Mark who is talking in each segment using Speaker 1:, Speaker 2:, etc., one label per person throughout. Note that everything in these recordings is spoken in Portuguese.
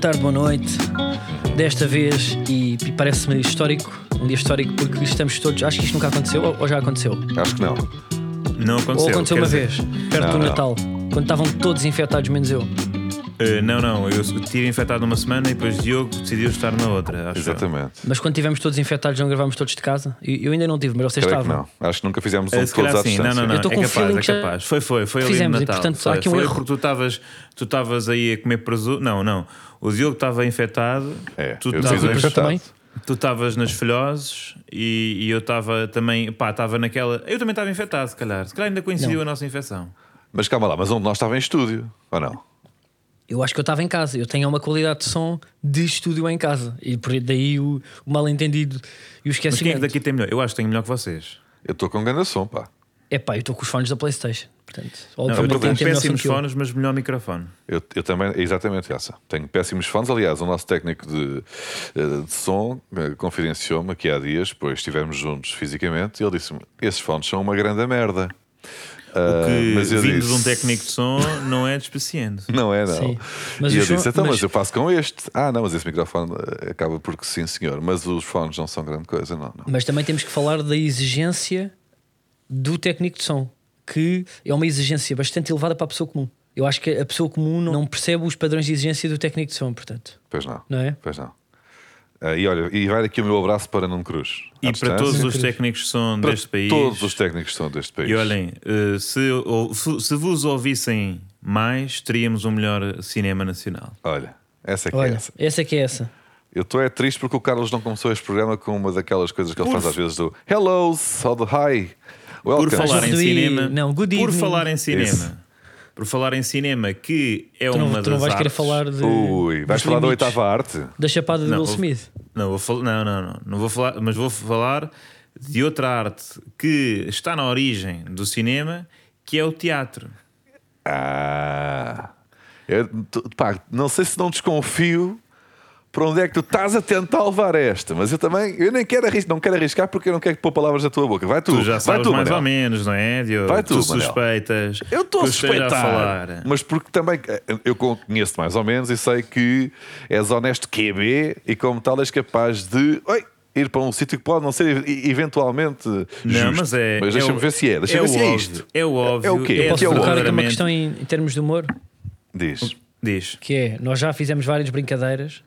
Speaker 1: tarde, boa noite. Desta vez, e parece-me histórico, um dia histórico porque estamos todos. Acho que isto nunca aconteceu ou- ou já aconteceu?
Speaker 2: Acho que não.
Speaker 3: Não aconteceu.
Speaker 1: ou aconteceu
Speaker 3: quer
Speaker 1: uma
Speaker 3: dizer,
Speaker 1: vez, perto
Speaker 2: Não,
Speaker 1: do
Speaker 2: não.
Speaker 1: Natal, quando estavam todos infectados, menos eu.
Speaker 3: eh, não, não, eu estive infectado uma semana e depois Diogo decidiu estar na outra. Acho eu.
Speaker 2: Exatamente.
Speaker 1: Mas quando tivemos todos infectados, não gravámos todos de casa? E- Eu ainda não tive, mas vocês
Speaker 2: Creio que
Speaker 1: estavam.
Speaker 2: não. Acho que nunca fizemos um
Speaker 3: Eh,
Speaker 2: de
Speaker 3: se
Speaker 2: todos
Speaker 3: calhar
Speaker 2: à
Speaker 3: sim, não,
Speaker 2: distância.
Speaker 3: não, não.
Speaker 1: Eu tô
Speaker 3: é
Speaker 1: com um
Speaker 3: capaz,
Speaker 1: feeling
Speaker 3: é
Speaker 1: que já
Speaker 3: capaz. Foi, foi, foi ali no
Speaker 1: fizemos, e,
Speaker 3: Natal.
Speaker 1: portanto, há
Speaker 3: foi,
Speaker 1: aqui um
Speaker 3: foi
Speaker 1: erro.
Speaker 3: porque tu estavas tu estavas aí a comer presunto. Não, não. O Diogo estava infectado.
Speaker 2: É,
Speaker 3: tu
Speaker 2: eu
Speaker 3: estavas-
Speaker 2: decidi infectado.
Speaker 1: também?
Speaker 3: Tu estavas nas filhoses e, e eu estava também, pá, estava naquela. Eu também estava infectado, se calhar. Se calhar ainda coincidiu
Speaker 1: Não.
Speaker 3: a nossa infecção.
Speaker 2: Mas calma lá, mas um de nós estava em estúdio, ou não?
Speaker 1: Eu acho que eu estava em casa. Eu tenho uma qualidade de som de estúdio em casa. E por daí o, o mal-entendido e o
Speaker 3: Mas quem é
Speaker 1: esquecimento.
Speaker 3: que daqui tem melhor? Eu acho que tenho melhor que vocês.
Speaker 2: Eu estou com um grande som, pá.
Speaker 1: É pá, eu estou com os fones da Playstation. Portanto,
Speaker 3: Não, eu
Speaker 1: obviamente
Speaker 3: estou
Speaker 1: Então, tem
Speaker 3: com
Speaker 1: que ter melhor um. som
Speaker 3: péssimos
Speaker 1: que eu.
Speaker 3: fones, mas melhor microfone.
Speaker 2: Eu, eu também, é exatamente essa. Tenho péssimos fones. Aliás, o nosso técnico de, eh, de som eh, confidenciou-me aqui há dias, pois estivemos juntos fisicamente, e ele disse-me: Esses fones são uma grande merda. Ah,
Speaker 3: que
Speaker 2: mas eu
Speaker 3: vindos de um
Speaker 2: disse,
Speaker 3: técnico de som não é despeciente.
Speaker 2: Não é, não.
Speaker 1: Sim. Mas
Speaker 2: e eu
Speaker 1: os fo-
Speaker 2: disse: Então, mas...
Speaker 1: mas-
Speaker 2: eu faço com este. Ah, não, mas esse microfone eh, acaba porque sim, senhor. Mas os fones não são grande coisa, não. não.
Speaker 1: Mas também temos que falar da exigência do técnico de som, que é uma exigência bastante elevada para a pessoa comum. Eu acho que a pessoa comum não- não percebe os padrões de exigência do técnico de som, portanto.
Speaker 2: Pois não.
Speaker 1: Não é?
Speaker 2: Pois não. Ah, e olha, e vai aqui o meu abraço para Nuno Cruz. à
Speaker 3: E para
Speaker 2: distância.
Speaker 3: todos os técnicos de som
Speaker 2: Para
Speaker 3: deste país.
Speaker 2: Todos os técnicos que são deste país.
Speaker 3: E olhem, eh, se, ou- se- se vos ouvissem mais, teríamos um melhor cinema nacional.
Speaker 2: Olha, essa é que é
Speaker 1: Olha,
Speaker 2: essa.
Speaker 1: essa é que é essa.
Speaker 2: Eu estou é triste porque o Carlos não começou este programa com uma daquelas coisas que ele faz às vezes do Hello, ou do Hi. Welcome.
Speaker 3: Por falar em
Speaker 1: Good evening.
Speaker 3: cinema.
Speaker 1: Não, good
Speaker 3: por
Speaker 1: evening.
Speaker 3: falar em cinema.
Speaker 2: Isso.
Speaker 3: Por falar em cinema, que é
Speaker 1: Tu
Speaker 3: uma
Speaker 1: não, tu não
Speaker 3: das
Speaker 1: vais querer
Speaker 3: artes-
Speaker 1: falar de,
Speaker 2: Ui, vais
Speaker 1: dos
Speaker 2: falar da
Speaker 1: limites
Speaker 2: oitava arte?
Speaker 1: da chapada de
Speaker 3: Não,
Speaker 1: Will
Speaker 3: vou-
Speaker 1: Smith.
Speaker 3: Não, vou fal- não, não, não, não vou falar, mas vou falar de outra arte que está na origem do cinema, que é o teatro.
Speaker 2: Ah. Eu, tu- pá, não sei se não desconfio para onde é que tu estás a tentar levar esta, mas eu também eu nem quero arriscar, não quero arriscar porque eu não quero que pôr palavras da tua boca. Vai tu,
Speaker 3: Tu já
Speaker 2: vai
Speaker 3: sabes
Speaker 2: tu,
Speaker 3: mais
Speaker 2: Manel.
Speaker 3: ou menos, não é, Diogo?
Speaker 2: Vai tu, Manel.
Speaker 3: suspeitas.
Speaker 2: Eu estou a
Speaker 3: que esteja
Speaker 2: suspeitar,
Speaker 3: falar.
Speaker 2: mas porque também eh, eu conheço-te mais ou menos e sei que és honesto QB e como tal és capaz de oi, ir para um sítio que pode não ser e- eventualmente
Speaker 3: Não,
Speaker 2: justo.
Speaker 3: mas é. é
Speaker 2: deixa-me
Speaker 3: o-
Speaker 2: ver se é, deixa-me
Speaker 3: é
Speaker 2: ver se
Speaker 3: o
Speaker 2: é
Speaker 3: óbvio,
Speaker 2: isto.
Speaker 3: É o óbvio.
Speaker 2: o quê?
Speaker 3: É
Speaker 2: que
Speaker 1: Posso
Speaker 2: é o
Speaker 1: colocar aqui uma
Speaker 3: verdadeiramente-
Speaker 1: questão em, em termos de humor,
Speaker 2: Diz.
Speaker 3: Diz.
Speaker 1: que é, nós já fizemos várias brincadeiras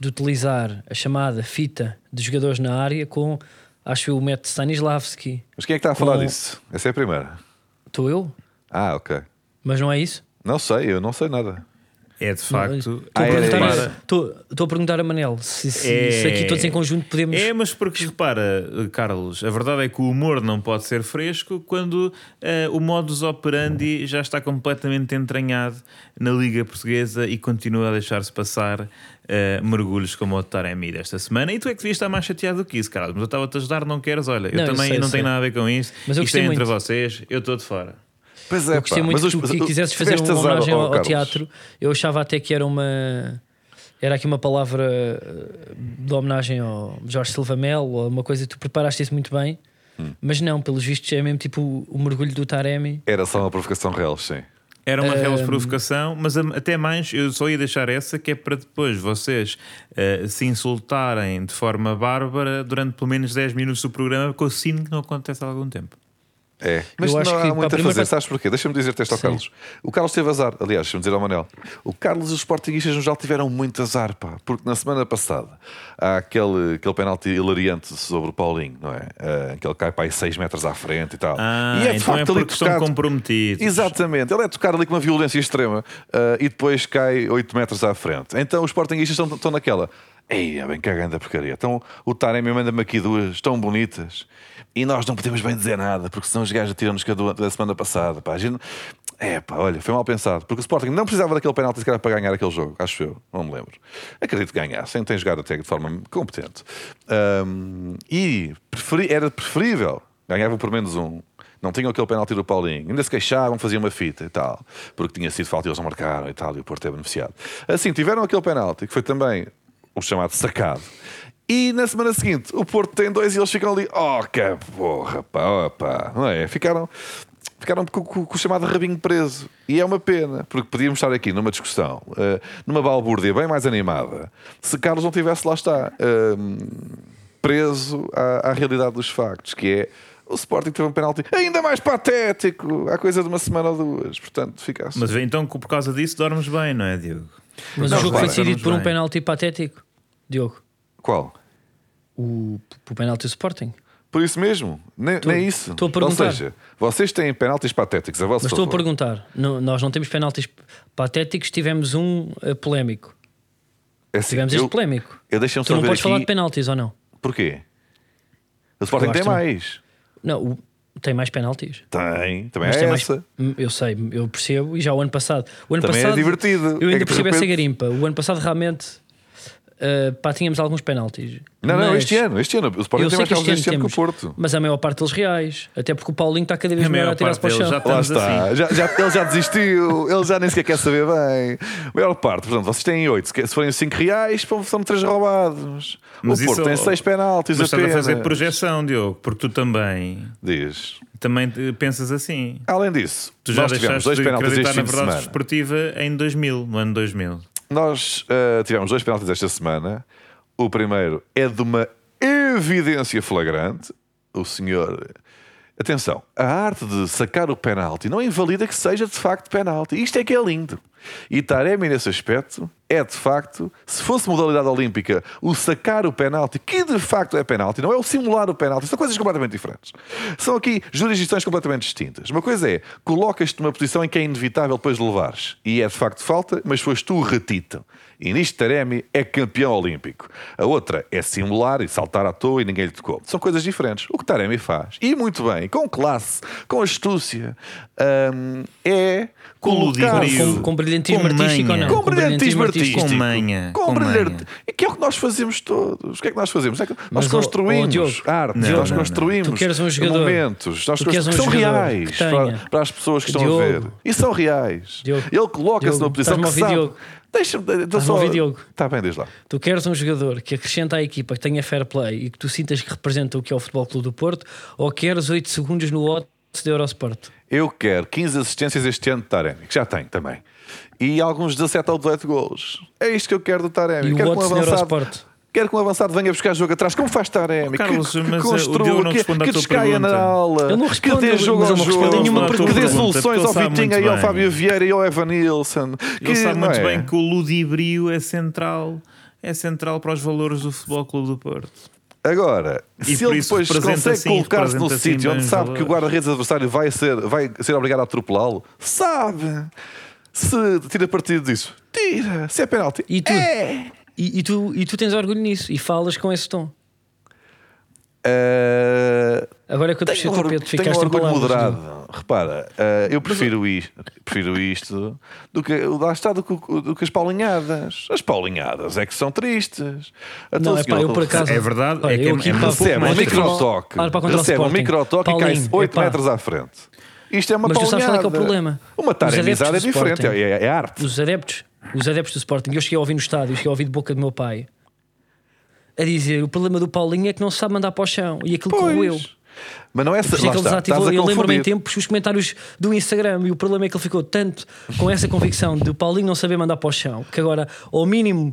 Speaker 1: de utilizar a chamada fita de jogadores na área com, acho eu, o método Stanislavski.
Speaker 2: Mas quem é que está a falar
Speaker 1: Com-
Speaker 2: disso? Essa é a primeira.
Speaker 1: Estou eu?
Speaker 2: Ah, ok.
Speaker 1: Mas não é isso?
Speaker 2: Não sei, eu não sei nada.
Speaker 3: É de facto.
Speaker 1: Estou
Speaker 2: Ah,
Speaker 1: a,
Speaker 2: era
Speaker 1: perguntar
Speaker 2: isso.
Speaker 1: a- estou- estou a perguntar a Manel se, se,
Speaker 3: É.
Speaker 1: se aqui todos em conjunto podemos.
Speaker 3: É, mas porque repara, Carlos, a verdade é que o humor não pode ser fresco quando eh, o modus operandi já está completamente entranhado na Liga Portuguesa e continua a deixar-se passar eh, mergulhos como o de Taremi desta semana. E tu é que devias estar mais chateado do que isso, Carlos, mas eu estava a te ajudar, não queres? Olha, eu
Speaker 1: Não, eu
Speaker 3: também
Speaker 1: sei,
Speaker 3: não
Speaker 1: eu sei.
Speaker 3: tenho nada a ver com isso.
Speaker 1: Mas eu
Speaker 3: Isto é
Speaker 1: gostei
Speaker 3: entre
Speaker 1: muito.
Speaker 3: vocês, eu estou de fora.
Speaker 2: Pois é,
Speaker 1: Eu gostei
Speaker 2: pá,
Speaker 1: muito
Speaker 2: mas
Speaker 1: que
Speaker 2: os-
Speaker 1: tu que quisesses fazer
Speaker 2: tiveste
Speaker 1: uma
Speaker 2: azar,
Speaker 1: homenagem
Speaker 2: ó,
Speaker 1: ao, ao
Speaker 2: Carlos.
Speaker 1: teatro. Eu achava até que era uma. Era aqui uma palavra eh, de homenagem ao Jorge Silva Melo, ou uma coisa, tu preparaste isso muito bem,
Speaker 2: Hum.
Speaker 1: mas não, pelos vistos é mesmo tipo o, o mergulho do Taremi.
Speaker 2: Era só uma provocação real, sim.
Speaker 3: Era uma real provocação, mas a- até mais eu só ia deixar essa que é para depois vocês eh, se insultarem de forma bárbara durante pelo menos 10 minutos do programa, porque eu sinto que não acontece há algum tempo.
Speaker 2: É, mas
Speaker 1: acho
Speaker 2: não
Speaker 1: que para
Speaker 2: há
Speaker 1: a
Speaker 2: muito a
Speaker 1: primeira
Speaker 2: fazer,
Speaker 1: parte-
Speaker 2: sabes porquê? Deixa-me dizer-te isto ao
Speaker 1: Sim.
Speaker 2: Carlos. O Carlos teve azar, aliás, deixa-me dizer ao Manel. O Carlos e os Sportingistas no geral tiveram muito azar, pá, porque na semana passada há aquele, aquele penalti hilariante sobre o Paulinho, não é? Ah, que ele cai para aí 6 metros à frente e tal.
Speaker 3: Ah,
Speaker 2: e de
Speaker 3: então é
Speaker 2: facto ali
Speaker 3: porque estão
Speaker 2: tocado-
Speaker 3: comprometidos.
Speaker 2: Exatamente, ele é tocar ali com uma violência extrema ah, e depois cai 8 metros à frente. Então os Sportingistas estão, estão naquela. Ei, é bem cagando a porcaria. Então o Taremi manda-me aqui duas tão bonitas e nós não podemos bem dizer nada porque senão os gajos atiram-nos que a do- da semana passada. Pá. A gente- É pá, olha, foi mal pensado porque o Sporting não precisava daquele penalti sequer para ganhar aquele jogo, acho eu, não me lembro. Acredito que ganhassem, tem jogado até de forma competente. Ahm, e preferi- era preferível, ganhavam por menos um. Não tinham aquele penalti do Paulinho. Ainda se queixavam, faziam uma fita e tal. Porque tinha sido falta e eles não marcaram e tal. E o Porto é beneficiado. Assim, tiveram aquele penalti, que foi também o chamado sacado. E na semana seguinte, o Porto tem dois e eles ficam ali. Oh, que porra, pá, oh, pá. Não é? Ficaram. ficaram com, com- com o chamado rabinho preso. E é uma pena, porque podíamos estar aqui numa discussão, eh, numa balbúrdia bem mais animada, se Carlos não tivesse lá está, eh, preso à, à realidade dos factos, que é o Sporting teve um penalti ainda mais patético, há coisa de uma semana ou duas. Portanto, assim. ficasse.
Speaker 3: Mas então, por causa disso, dormes bem, não é, Diogo?
Speaker 1: Mas
Speaker 2: Não,
Speaker 1: o jogo foi
Speaker 2: repara.
Speaker 1: decidido por um
Speaker 3: Bem.
Speaker 1: penalti patético, Diogo.
Speaker 2: Qual?
Speaker 1: O, o penalti do Sporting.
Speaker 2: Por isso mesmo, nem, nem isso.
Speaker 1: estou a
Speaker 2: Ou
Speaker 1: perguntar.
Speaker 2: seja, vocês têm penaltis patéticos a vosso
Speaker 1: Mas estou a
Speaker 2: favor.
Speaker 1: perguntar: não- nós não temos penaltis patéticos, tivemos um eh, polémico.
Speaker 2: É assim,
Speaker 1: Tivemos
Speaker 2: eu,
Speaker 1: este polémico.
Speaker 2: eu deixei-me
Speaker 1: Tu
Speaker 2: só
Speaker 1: não
Speaker 2: ver
Speaker 1: podes
Speaker 2: aqui
Speaker 1: falar de penaltis ou não?
Speaker 2: porquê. O Sporting
Speaker 1: acho
Speaker 2: tem
Speaker 1: que não.
Speaker 2: mais.
Speaker 1: Não, o- tem mais penaltis.
Speaker 2: Tem, também
Speaker 1: Mas
Speaker 2: é
Speaker 1: tem mais-
Speaker 2: essa.
Speaker 1: Hum, Eu sei, eu percebo. E já o ano passado. O ano
Speaker 2: Também é
Speaker 1: passado
Speaker 2: divertido.
Speaker 1: Eu
Speaker 2: É que
Speaker 1: ainda
Speaker 2: de
Speaker 1: percebo
Speaker 2: repente-
Speaker 1: essa garimpa. O ano passado realmente. eh, pá, tínhamos alguns penaltis.
Speaker 2: Não, não,
Speaker 1: Mas-
Speaker 2: este ano, este ano. O Sporting
Speaker 1: Eu
Speaker 2: tem
Speaker 1: sei
Speaker 2: mais
Speaker 1: que
Speaker 2: penaltis
Speaker 1: este ano
Speaker 2: este ano que o
Speaker 1: temos,
Speaker 2: Porto.
Speaker 1: mas a maior parte deles reais. Até porque o Paulinho está cada vez
Speaker 3: A
Speaker 1: melhor
Speaker 3: maior
Speaker 1: a tirar-se
Speaker 3: parte
Speaker 1: para o
Speaker 3: deles
Speaker 1: chão.
Speaker 3: já
Speaker 2: Lá
Speaker 3: Estamos assim.
Speaker 2: está, já, já- ele já desistiu, ele já nem sequer quer saber bem. A maior parte, portanto, vocês têm 8, se forem 5 reais, pô, são 3 roubados.
Speaker 3: Mas
Speaker 2: o
Speaker 3: isso- é
Speaker 2: Porto tem 6 penaltis
Speaker 3: Mas estás a
Speaker 2: apenas.
Speaker 3: fazer projeção, Diogo, porque tu também,
Speaker 2: Diz.
Speaker 3: também eh, pensas assim.
Speaker 2: Além disso,
Speaker 3: Tu já
Speaker 2: nós tivemos
Speaker 3: deixaste
Speaker 2: dois
Speaker 3: de
Speaker 2: penaltis este
Speaker 3: acreditar
Speaker 2: fim
Speaker 3: na
Speaker 2: de
Speaker 3: verdade
Speaker 2: semana.
Speaker 3: desportiva em 2000, no ano 2000.
Speaker 2: Nós ah, tivemos dois penaltis esta semana. O primeiro é de uma evidência flagrante. O senhor. Atenção, a arte de sacar o penalti não invalida que seja de facto penalti. Isto é que é lindo. E Taremi, nesse aspecto, é de facto, se fosse modalidade olímpica, o sacar o penalti, que de facto é penalti, não é o simular o penalti, são coisas completamente diferentes. São aqui jurisdições completamente distintas. Uma coisa é, colocas-te numa posição em que é inevitável depois levares, e é de facto falta, mas foste tu o ratito. E nisto Taremi é campeão olímpico. A outra é simular e saltar à toa e ninguém lhe tocou. São coisas diferentes. O que Taremi faz, e muito bem, com classe, com astúcia, hum, é
Speaker 3: Coludido.
Speaker 2: colocar-se-
Speaker 1: Com, com brilhantismo
Speaker 3: Com
Speaker 1: artístico ou
Speaker 3: manha.
Speaker 1: não?
Speaker 2: com brilhantismo artístico.
Speaker 3: Com manha,
Speaker 2: Com
Speaker 3: com
Speaker 2: brilhante.
Speaker 3: manha.
Speaker 2: É que é o que nós fazemos todos. O que é que nós fazemos? É que nós
Speaker 1: Mas, ó, ó,
Speaker 2: construímos
Speaker 1: Diogo,
Speaker 2: arte,
Speaker 3: Não,
Speaker 2: nós
Speaker 3: não, não.
Speaker 2: construímos
Speaker 1: Tu queres um jogador.
Speaker 2: momentos, nós
Speaker 1: Tu queres
Speaker 2: constru- que
Speaker 1: um
Speaker 2: são
Speaker 1: jogador
Speaker 2: reais
Speaker 1: que
Speaker 2: para,
Speaker 1: tenha.
Speaker 2: para as pessoas que estão a ver.
Speaker 1: Diogo.
Speaker 2: E são reais.
Speaker 1: Diogo.
Speaker 2: Ele coloca-se
Speaker 1: Diogo,
Speaker 2: numa posição
Speaker 1: estás-me a ouvir,
Speaker 2: que sabe.
Speaker 1: Diogo?
Speaker 2: Deixa-me.
Speaker 1: Estás-me a ouvir, Diogo?
Speaker 2: Está bem, diz lá.
Speaker 1: Tu queres um jogador que acrescenta à equipa, que tenha fair play e que tu sintas que representa o que é o Futebol Clube do Porto, ou queres 8 segundos no odds de Eurosport?
Speaker 2: Eu quero 15 assistências este ano de Taremi, que já tem também. E alguns 17 ou 18 gols. É isto que eu quero do Taremi.
Speaker 1: E o
Speaker 2: quero que um
Speaker 1: odds no
Speaker 2: avançado.
Speaker 1: Eurosport?
Speaker 2: Quero que um avançado venha buscar jogo atrás, como faz Taremi,
Speaker 3: Carlos,
Speaker 2: que, que,
Speaker 3: mas, eh, o Diogo
Speaker 2: construa,
Speaker 3: não
Speaker 2: que,
Speaker 3: responde à
Speaker 2: que
Speaker 3: tua
Speaker 2: descaia na
Speaker 3: pergunta.
Speaker 2: aula,
Speaker 1: Ele não
Speaker 2: que
Speaker 1: responde,
Speaker 2: dê
Speaker 1: mas
Speaker 2: jogo
Speaker 1: ele
Speaker 2: ao
Speaker 1: não responde
Speaker 2: jogo,
Speaker 1: nenhuma
Speaker 2: que dê
Speaker 1: pergunta,
Speaker 2: soluções
Speaker 3: porque
Speaker 2: ao
Speaker 3: ele sabe
Speaker 2: Vitinha
Speaker 3: muito
Speaker 2: e ao
Speaker 3: bem.
Speaker 2: Fábio Vieira e ao Evanilson.
Speaker 3: Ele sabe
Speaker 2: não
Speaker 3: muito
Speaker 2: é?
Speaker 3: bem que o ludibrio é central, é central para os valores do Futebol Clube do Porto.
Speaker 2: Agora,
Speaker 3: E
Speaker 2: se
Speaker 3: por
Speaker 2: ele
Speaker 3: isso
Speaker 2: depois
Speaker 3: representa
Speaker 2: consegue
Speaker 3: assim,
Speaker 2: colocar-se no
Speaker 3: representa assim
Speaker 2: sítio
Speaker 3: bem
Speaker 2: onde
Speaker 3: os
Speaker 2: sabe que o
Speaker 3: valores.
Speaker 2: guarda-redes adversário vai ser, vai ser obrigado a atropelá-lo, sabe. Se tira partido disso, tira. Se é penalti,
Speaker 1: E tu?
Speaker 2: é.
Speaker 1: E, e tu, e tu tens orgulho nisso e falas com esse tom.
Speaker 2: Eh,
Speaker 1: Agora é que eu te
Speaker 2: tenho
Speaker 1: percebo,
Speaker 2: orgulho,
Speaker 1: Pedro, ficaste
Speaker 2: tenho
Speaker 1: em
Speaker 2: orgulho
Speaker 1: palavras.
Speaker 2: moderado.
Speaker 1: Diogo.
Speaker 2: Repara, eh, eu prefiro isto, prefiro isto do que lá está do que, do que as paulinhadas. As paulinhadas é que são tristes. Então,
Speaker 1: Não, é
Speaker 2: senhor-
Speaker 1: pá, eu por acaso.
Speaker 3: É verdade,
Speaker 1: Olha,
Speaker 3: é que
Speaker 1: eu
Speaker 3: é-
Speaker 1: aqui
Speaker 3: é
Speaker 1: pá,
Speaker 3: muito
Speaker 1: pouco
Speaker 2: Recebe um
Speaker 1: mais de futebol-
Speaker 2: microtoque.
Speaker 1: Olha, pá, contra o
Speaker 2: Recebe um
Speaker 1: Sporting.
Speaker 2: microtoque e
Speaker 1: Paulinho,
Speaker 2: cai-se 8
Speaker 1: epá.
Speaker 2: metros à frente. Isto é uma
Speaker 1: Mas tu sabes qual é que é o
Speaker 2: paulinhada.
Speaker 1: problema?
Speaker 2: Uma
Speaker 1: Os adeptos
Speaker 2: taramizada é
Speaker 1: do
Speaker 2: diferente,
Speaker 1: Sporting.
Speaker 2: é, é arte.
Speaker 1: os adeptos, os adeptos do Sporting, eu cheguei a ouvir no estádio, cheguei a ouvir de boca do meu pai a dizer o problema do Paulinho é que não se sabe mandar para o chão e aquilo corroeu.
Speaker 2: Pois. Mas não é
Speaker 1: Por
Speaker 2: essa.
Speaker 1: isso é
Speaker 2: Lá
Speaker 1: que ele
Speaker 2: está, estás
Speaker 1: desativou.
Speaker 2: a
Speaker 1: Eu lembro-me em
Speaker 2: confundir.
Speaker 1: tempos os comentários do Instagram e o problema é que ele ficou tanto com essa convicção de o Paulinho não saber mandar para o chão que agora, ao mínimo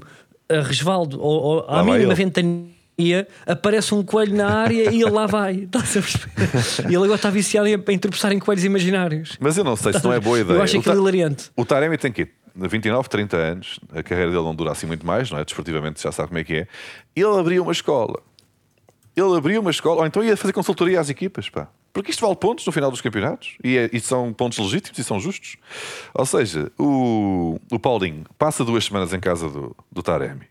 Speaker 1: a resvaldo, ou, ou
Speaker 2: Lá
Speaker 1: à
Speaker 2: vai
Speaker 1: mínima
Speaker 2: ele.
Speaker 1: ventania, aparece um coelho na área e ele lá vai. Estás a perceber? E ele agora está viciado em, em tropeçar em coelhos imaginários.
Speaker 2: Mas eu não sei se não é boa ideia.
Speaker 1: Eu acho
Speaker 2: O
Speaker 1: aquilo
Speaker 2: Ta-
Speaker 1: hilariante.
Speaker 2: O Taremi tem que 29, 30 anos, a carreira dele não dura assim muito mais, não é? Desportivamente já sabe como é que é. Ele abriu uma escola. Ele abriu uma escola, ou então ia fazer consultoria às equipas, pá. Porque isto vale pontos no final dos campeonatos e, é- e são pontos legítimos e são justos. Ou seja, o, o Paulinho passa duas semanas em casa do, do Taremi.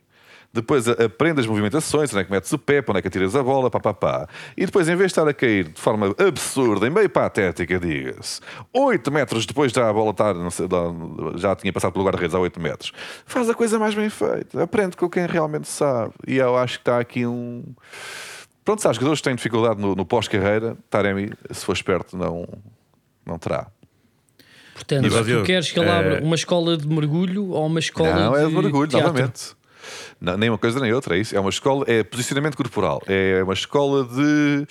Speaker 2: Depois a- aprende as movimentações, onde é que metes o pé, para onde é que atiras a bola, pá, pá, pá. E depois, em vez de estar a cair de forma absurda e meio patética, diga-se, 8 metros depois já a bola estar, não sei, lá- já tinha passado pelo guarda-redes a 8 metros, faz a coisa mais bem feita. Aprende com quem realmente sabe. E eu acho que está aqui um, Pronto, se há jogadores que têm dificuldade no, no pós-carreira, Taremi, se for esperto, não, não terá.
Speaker 1: Portanto,
Speaker 3: Mas, ó,
Speaker 1: tu
Speaker 3: Diogo,
Speaker 1: queres que ele
Speaker 3: eh,
Speaker 1: abra uma escola de mergulho ou uma escola
Speaker 2: É. não,
Speaker 1: de
Speaker 2: é de mergulho,
Speaker 1: teatro?
Speaker 2: novamente. Não, nem uma coisa nem outra, é isso. É uma escola, é posicionamento corporal, eh, é uma escola de.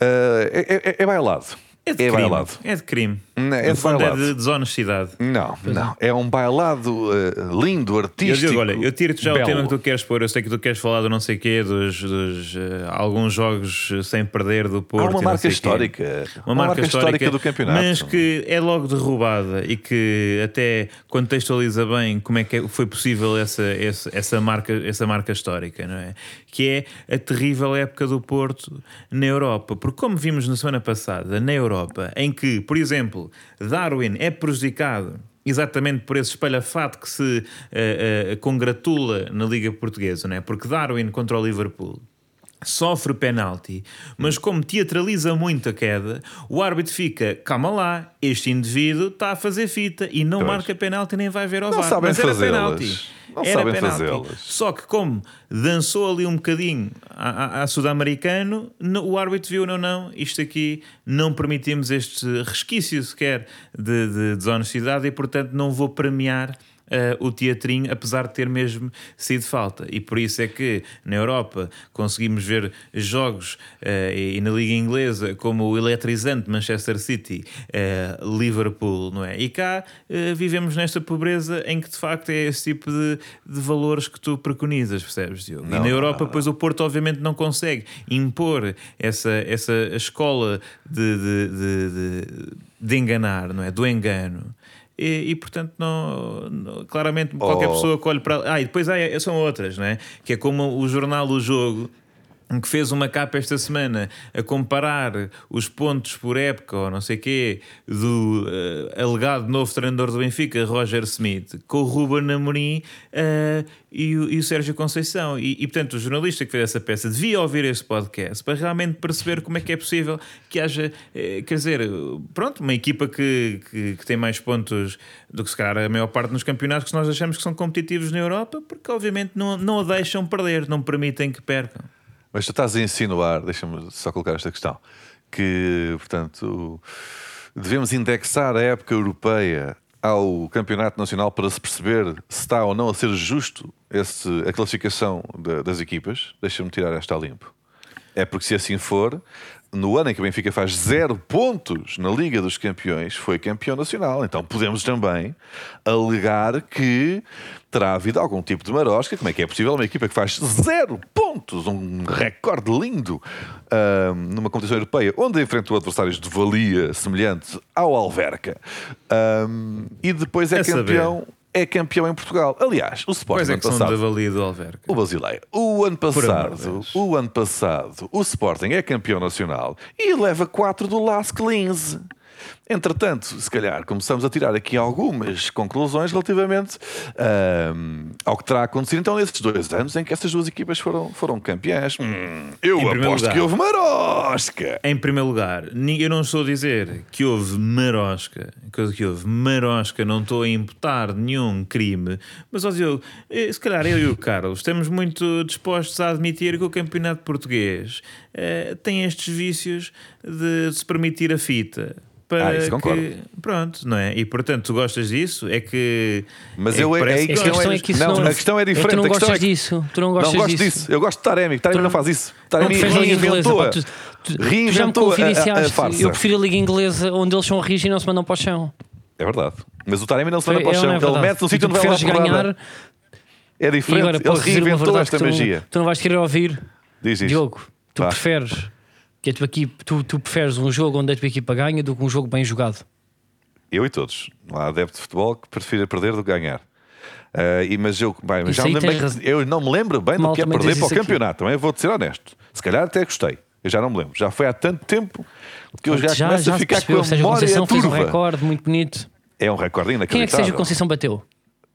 Speaker 2: Ah, é, é- é bailado.
Speaker 3: É de
Speaker 2: É
Speaker 3: crime.
Speaker 2: bailado.
Speaker 3: É de crime.
Speaker 2: Não, é
Speaker 3: No
Speaker 2: de
Speaker 3: fundo,
Speaker 2: bailado.
Speaker 3: é de desonestidade.
Speaker 2: Não, não. É um bailado eh, lindo,
Speaker 3: Eu
Speaker 2: artístico.
Speaker 3: digo, olha, eu tiro-te já
Speaker 2: belo.
Speaker 3: o tema que tu queres pôr. Eu sei que tu queres falar do não sei quê, dos, dos, eh, alguns jogos sem perder do Porto.
Speaker 2: Há
Speaker 3: e
Speaker 2: uma
Speaker 3: não
Speaker 2: marca
Speaker 3: sei quê.
Speaker 2: histórica.
Speaker 3: É Uma, marca, histórica,
Speaker 2: do campeonato.
Speaker 3: Mas que é logo derrubada e que até contextualiza bem como é que é- foi possível essa, essa, essa marca, essa marca histórica, não é? Que é a terrível época do Porto na Europa. Porque, como vimos na semana passada, na Europa, em que, por exemplo, Darwin é prejudicado. Exatamente por esse espalhafato que se eh, eh, congratula na Liga Portuguesa, não é? Porque Darwin contra o Liverpool sofre penalti, mas como teatraliza muito a queda, o árbitro fica, calma lá, este indivíduo está a fazer fita e não marca penalti nem vai ver ao
Speaker 2: Não
Speaker 3: VAR.
Speaker 2: sabem
Speaker 3: mas era
Speaker 2: fazê-las.
Speaker 3: penalti.
Speaker 2: Não
Speaker 3: era
Speaker 2: sabem
Speaker 3: penalti.
Speaker 2: fazê-las.
Speaker 3: Só que como dançou ali um bocadinho a, a- a sul-americano, no- o árbitro viu, não, não, isto aqui não permitimos este resquício sequer de, de desonestidade e portanto não vou premiar eh, o teatrinho, apesar de ter mesmo sido falta. E por isso é que na Europa conseguimos ver jogos eh, e na Liga Inglesa como o eletrizante Manchester City, eh, Liverpool, não é? E cá eh, vivemos nesta pobreza em que de facto é esse tipo de, de valores que tu preconizas, percebes, Diogo? e
Speaker 2: não,
Speaker 3: na Europa, pois o Porto obviamente não consegue impor essa, essa escola de, de, de- de- de enganar, não é? Do engano. E, e, portanto, não, não- claramente qualquer
Speaker 2: Oh.
Speaker 3: pessoa colhe para. Ah, e depois há, são outras, não é? Que é como o jornal O Jogo. um Que fez uma capa esta semana a comparar os pontos por época ou não sei quê do eh, alegado novo treinador do Benfica, Roger Smith, com o Ruben Amorim eh, e, o, e o Sérgio Conceição. E, e, portanto, o jornalista que fez essa peça devia ouvir este podcast para realmente perceber como é que é possível que haja, eh, quer dizer, pronto, uma equipa que, que, que tem mais pontos do que se calhar a maior parte nos campeonatos que nós achamos que são competitivos na Europa, porque obviamente não, não a deixam perder, não permitem que percam.
Speaker 2: Mas tu estás a insinuar, deixa-me só colocar esta questão, que, portanto, devemos indexar a época europeia ao campeonato nacional para se perceber se está ou não a ser justo esse, a classificação da- das equipas. Deixa-me tirar esta a limpo. É porque, se assim for, no ano em que o Benfica faz zero pontos na Liga dos Campeões, foi campeão nacional. Então podemos também alegar que terá havido algum tipo de marosca. Como é que é possível uma equipa que faz zero pontos, um recorde lindo, ahm, numa competição europeia, onde enfrentou adversários de valia semelhante ao Alverca, ahm, e depois é
Speaker 3: A saber.
Speaker 2: campeão, é campeão em Portugal. Aliás, o Sporting
Speaker 3: Quais é
Speaker 2: ano
Speaker 3: que são
Speaker 2: passado
Speaker 3: da valia do Alverca?
Speaker 2: o brasileiro. O ano
Speaker 3: amor de
Speaker 2: passado,
Speaker 3: Deus.
Speaker 2: o ano passado, o Sporting é campeão nacional e leva 4 do Las 15. Entretanto, se calhar começamos a tirar aqui algumas conclusões relativamente ahm, ao que terá acontecido então nesses dois anos em que essas duas equipas foram, foram campeãs. Hum, eu
Speaker 3: Em primeiro
Speaker 2: aposto
Speaker 3: lugar.
Speaker 2: que houve marosca.
Speaker 3: Em primeiro lugar, ni- eu não estou a dizer que houve marosca, coisa que houve marosca, não estou a imputar nenhum crime, mas ó Diogo, eh, se calhar eu e o Carlos estamos muito dispostos a admitir que o campeonato português eh, tem estes vícios de se permitir a fita. Para
Speaker 2: Ah, isso concordo.
Speaker 3: Que, pronto, não é? E portanto, tu gostas disso? É que.
Speaker 2: Mas
Speaker 3: é
Speaker 2: eu-
Speaker 3: que
Speaker 2: é-
Speaker 3: parece
Speaker 2: é
Speaker 3: que
Speaker 1: É que a
Speaker 2: Não,
Speaker 3: gostas.
Speaker 1: questão é
Speaker 2: eres-
Speaker 1: que isso
Speaker 2: não,
Speaker 1: não,
Speaker 2: a questão é
Speaker 1: É que
Speaker 2: diferente,
Speaker 1: tu
Speaker 2: a
Speaker 1: não
Speaker 2: questão
Speaker 1: gostas
Speaker 2: é que-
Speaker 1: disso. Tu não
Speaker 2: Não
Speaker 1: gostas
Speaker 2: gosto disso.
Speaker 1: disso.
Speaker 2: Eu gosto de Taremi. Taremi
Speaker 1: Tu
Speaker 2: não
Speaker 1: não-
Speaker 2: faz isso.
Speaker 1: Não
Speaker 2: Taremi é
Speaker 1: preferes a Liga Inglesa.
Speaker 2: reinventou.
Speaker 1: pá,
Speaker 2: a-
Speaker 1: tu- tu- tu já me
Speaker 2: Reinventou a- a, a,
Speaker 1: confidenciaste.
Speaker 2: farsa.
Speaker 1: Eu prefiro a Liga Inglesa onde eles são rígidos e não se mandam para o chão.
Speaker 2: É verdade. Mas o Taremi não se
Speaker 1: Foi-
Speaker 2: manda para o
Speaker 1: é ou
Speaker 2: chão.
Speaker 1: não é
Speaker 2: Ele
Speaker 1: verdade?
Speaker 2: mete no
Speaker 1: E
Speaker 2: sítio
Speaker 1: tu
Speaker 2: onde vai lá
Speaker 1: preferes ganhar.
Speaker 2: É
Speaker 1: E
Speaker 2: diferente.
Speaker 1: agora
Speaker 2: Ele
Speaker 1: posso dizer uma
Speaker 2: reinventou
Speaker 1: verdade
Speaker 2: esta
Speaker 1: que tu,
Speaker 2: magia.
Speaker 1: tu não vais querer ouvir.
Speaker 2: Diz isto.
Speaker 1: Diogo, tu
Speaker 2: Vá.
Speaker 1: preferes que a tua equipe, tu, tu preferes um jogo onde a tua equipa ganha do que um jogo bem jogado.
Speaker 2: Eu e todos. Não há adepto de futebol que prefira perder do que ganhar. Ah, e, mas eu, bem, mas
Speaker 1: Isso
Speaker 2: já me
Speaker 1: aí
Speaker 2: lembro
Speaker 1: tens
Speaker 2: bem-
Speaker 1: razão.
Speaker 2: eu não me lembro bem do
Speaker 1: Mal
Speaker 2: que é
Speaker 1: também
Speaker 2: perder
Speaker 1: diz
Speaker 2: para o
Speaker 1: isso aqui.
Speaker 2: campeonato. Também vou ser honesto. Se calhar até gostei. Eu já não me lembro. Já foi há tanto tempo que eu já,
Speaker 1: já
Speaker 2: começo
Speaker 1: já
Speaker 2: a
Speaker 1: se
Speaker 2: ficar
Speaker 1: percebeu,
Speaker 2: com
Speaker 1: o
Speaker 2: a
Speaker 1: Sérgio
Speaker 2: memória
Speaker 1: Conceição fez um
Speaker 2: turva.
Speaker 1: recorde muito bonito.
Speaker 2: é um recorde inacreditável.
Speaker 1: Quem é que Sérgio Conceição bateu?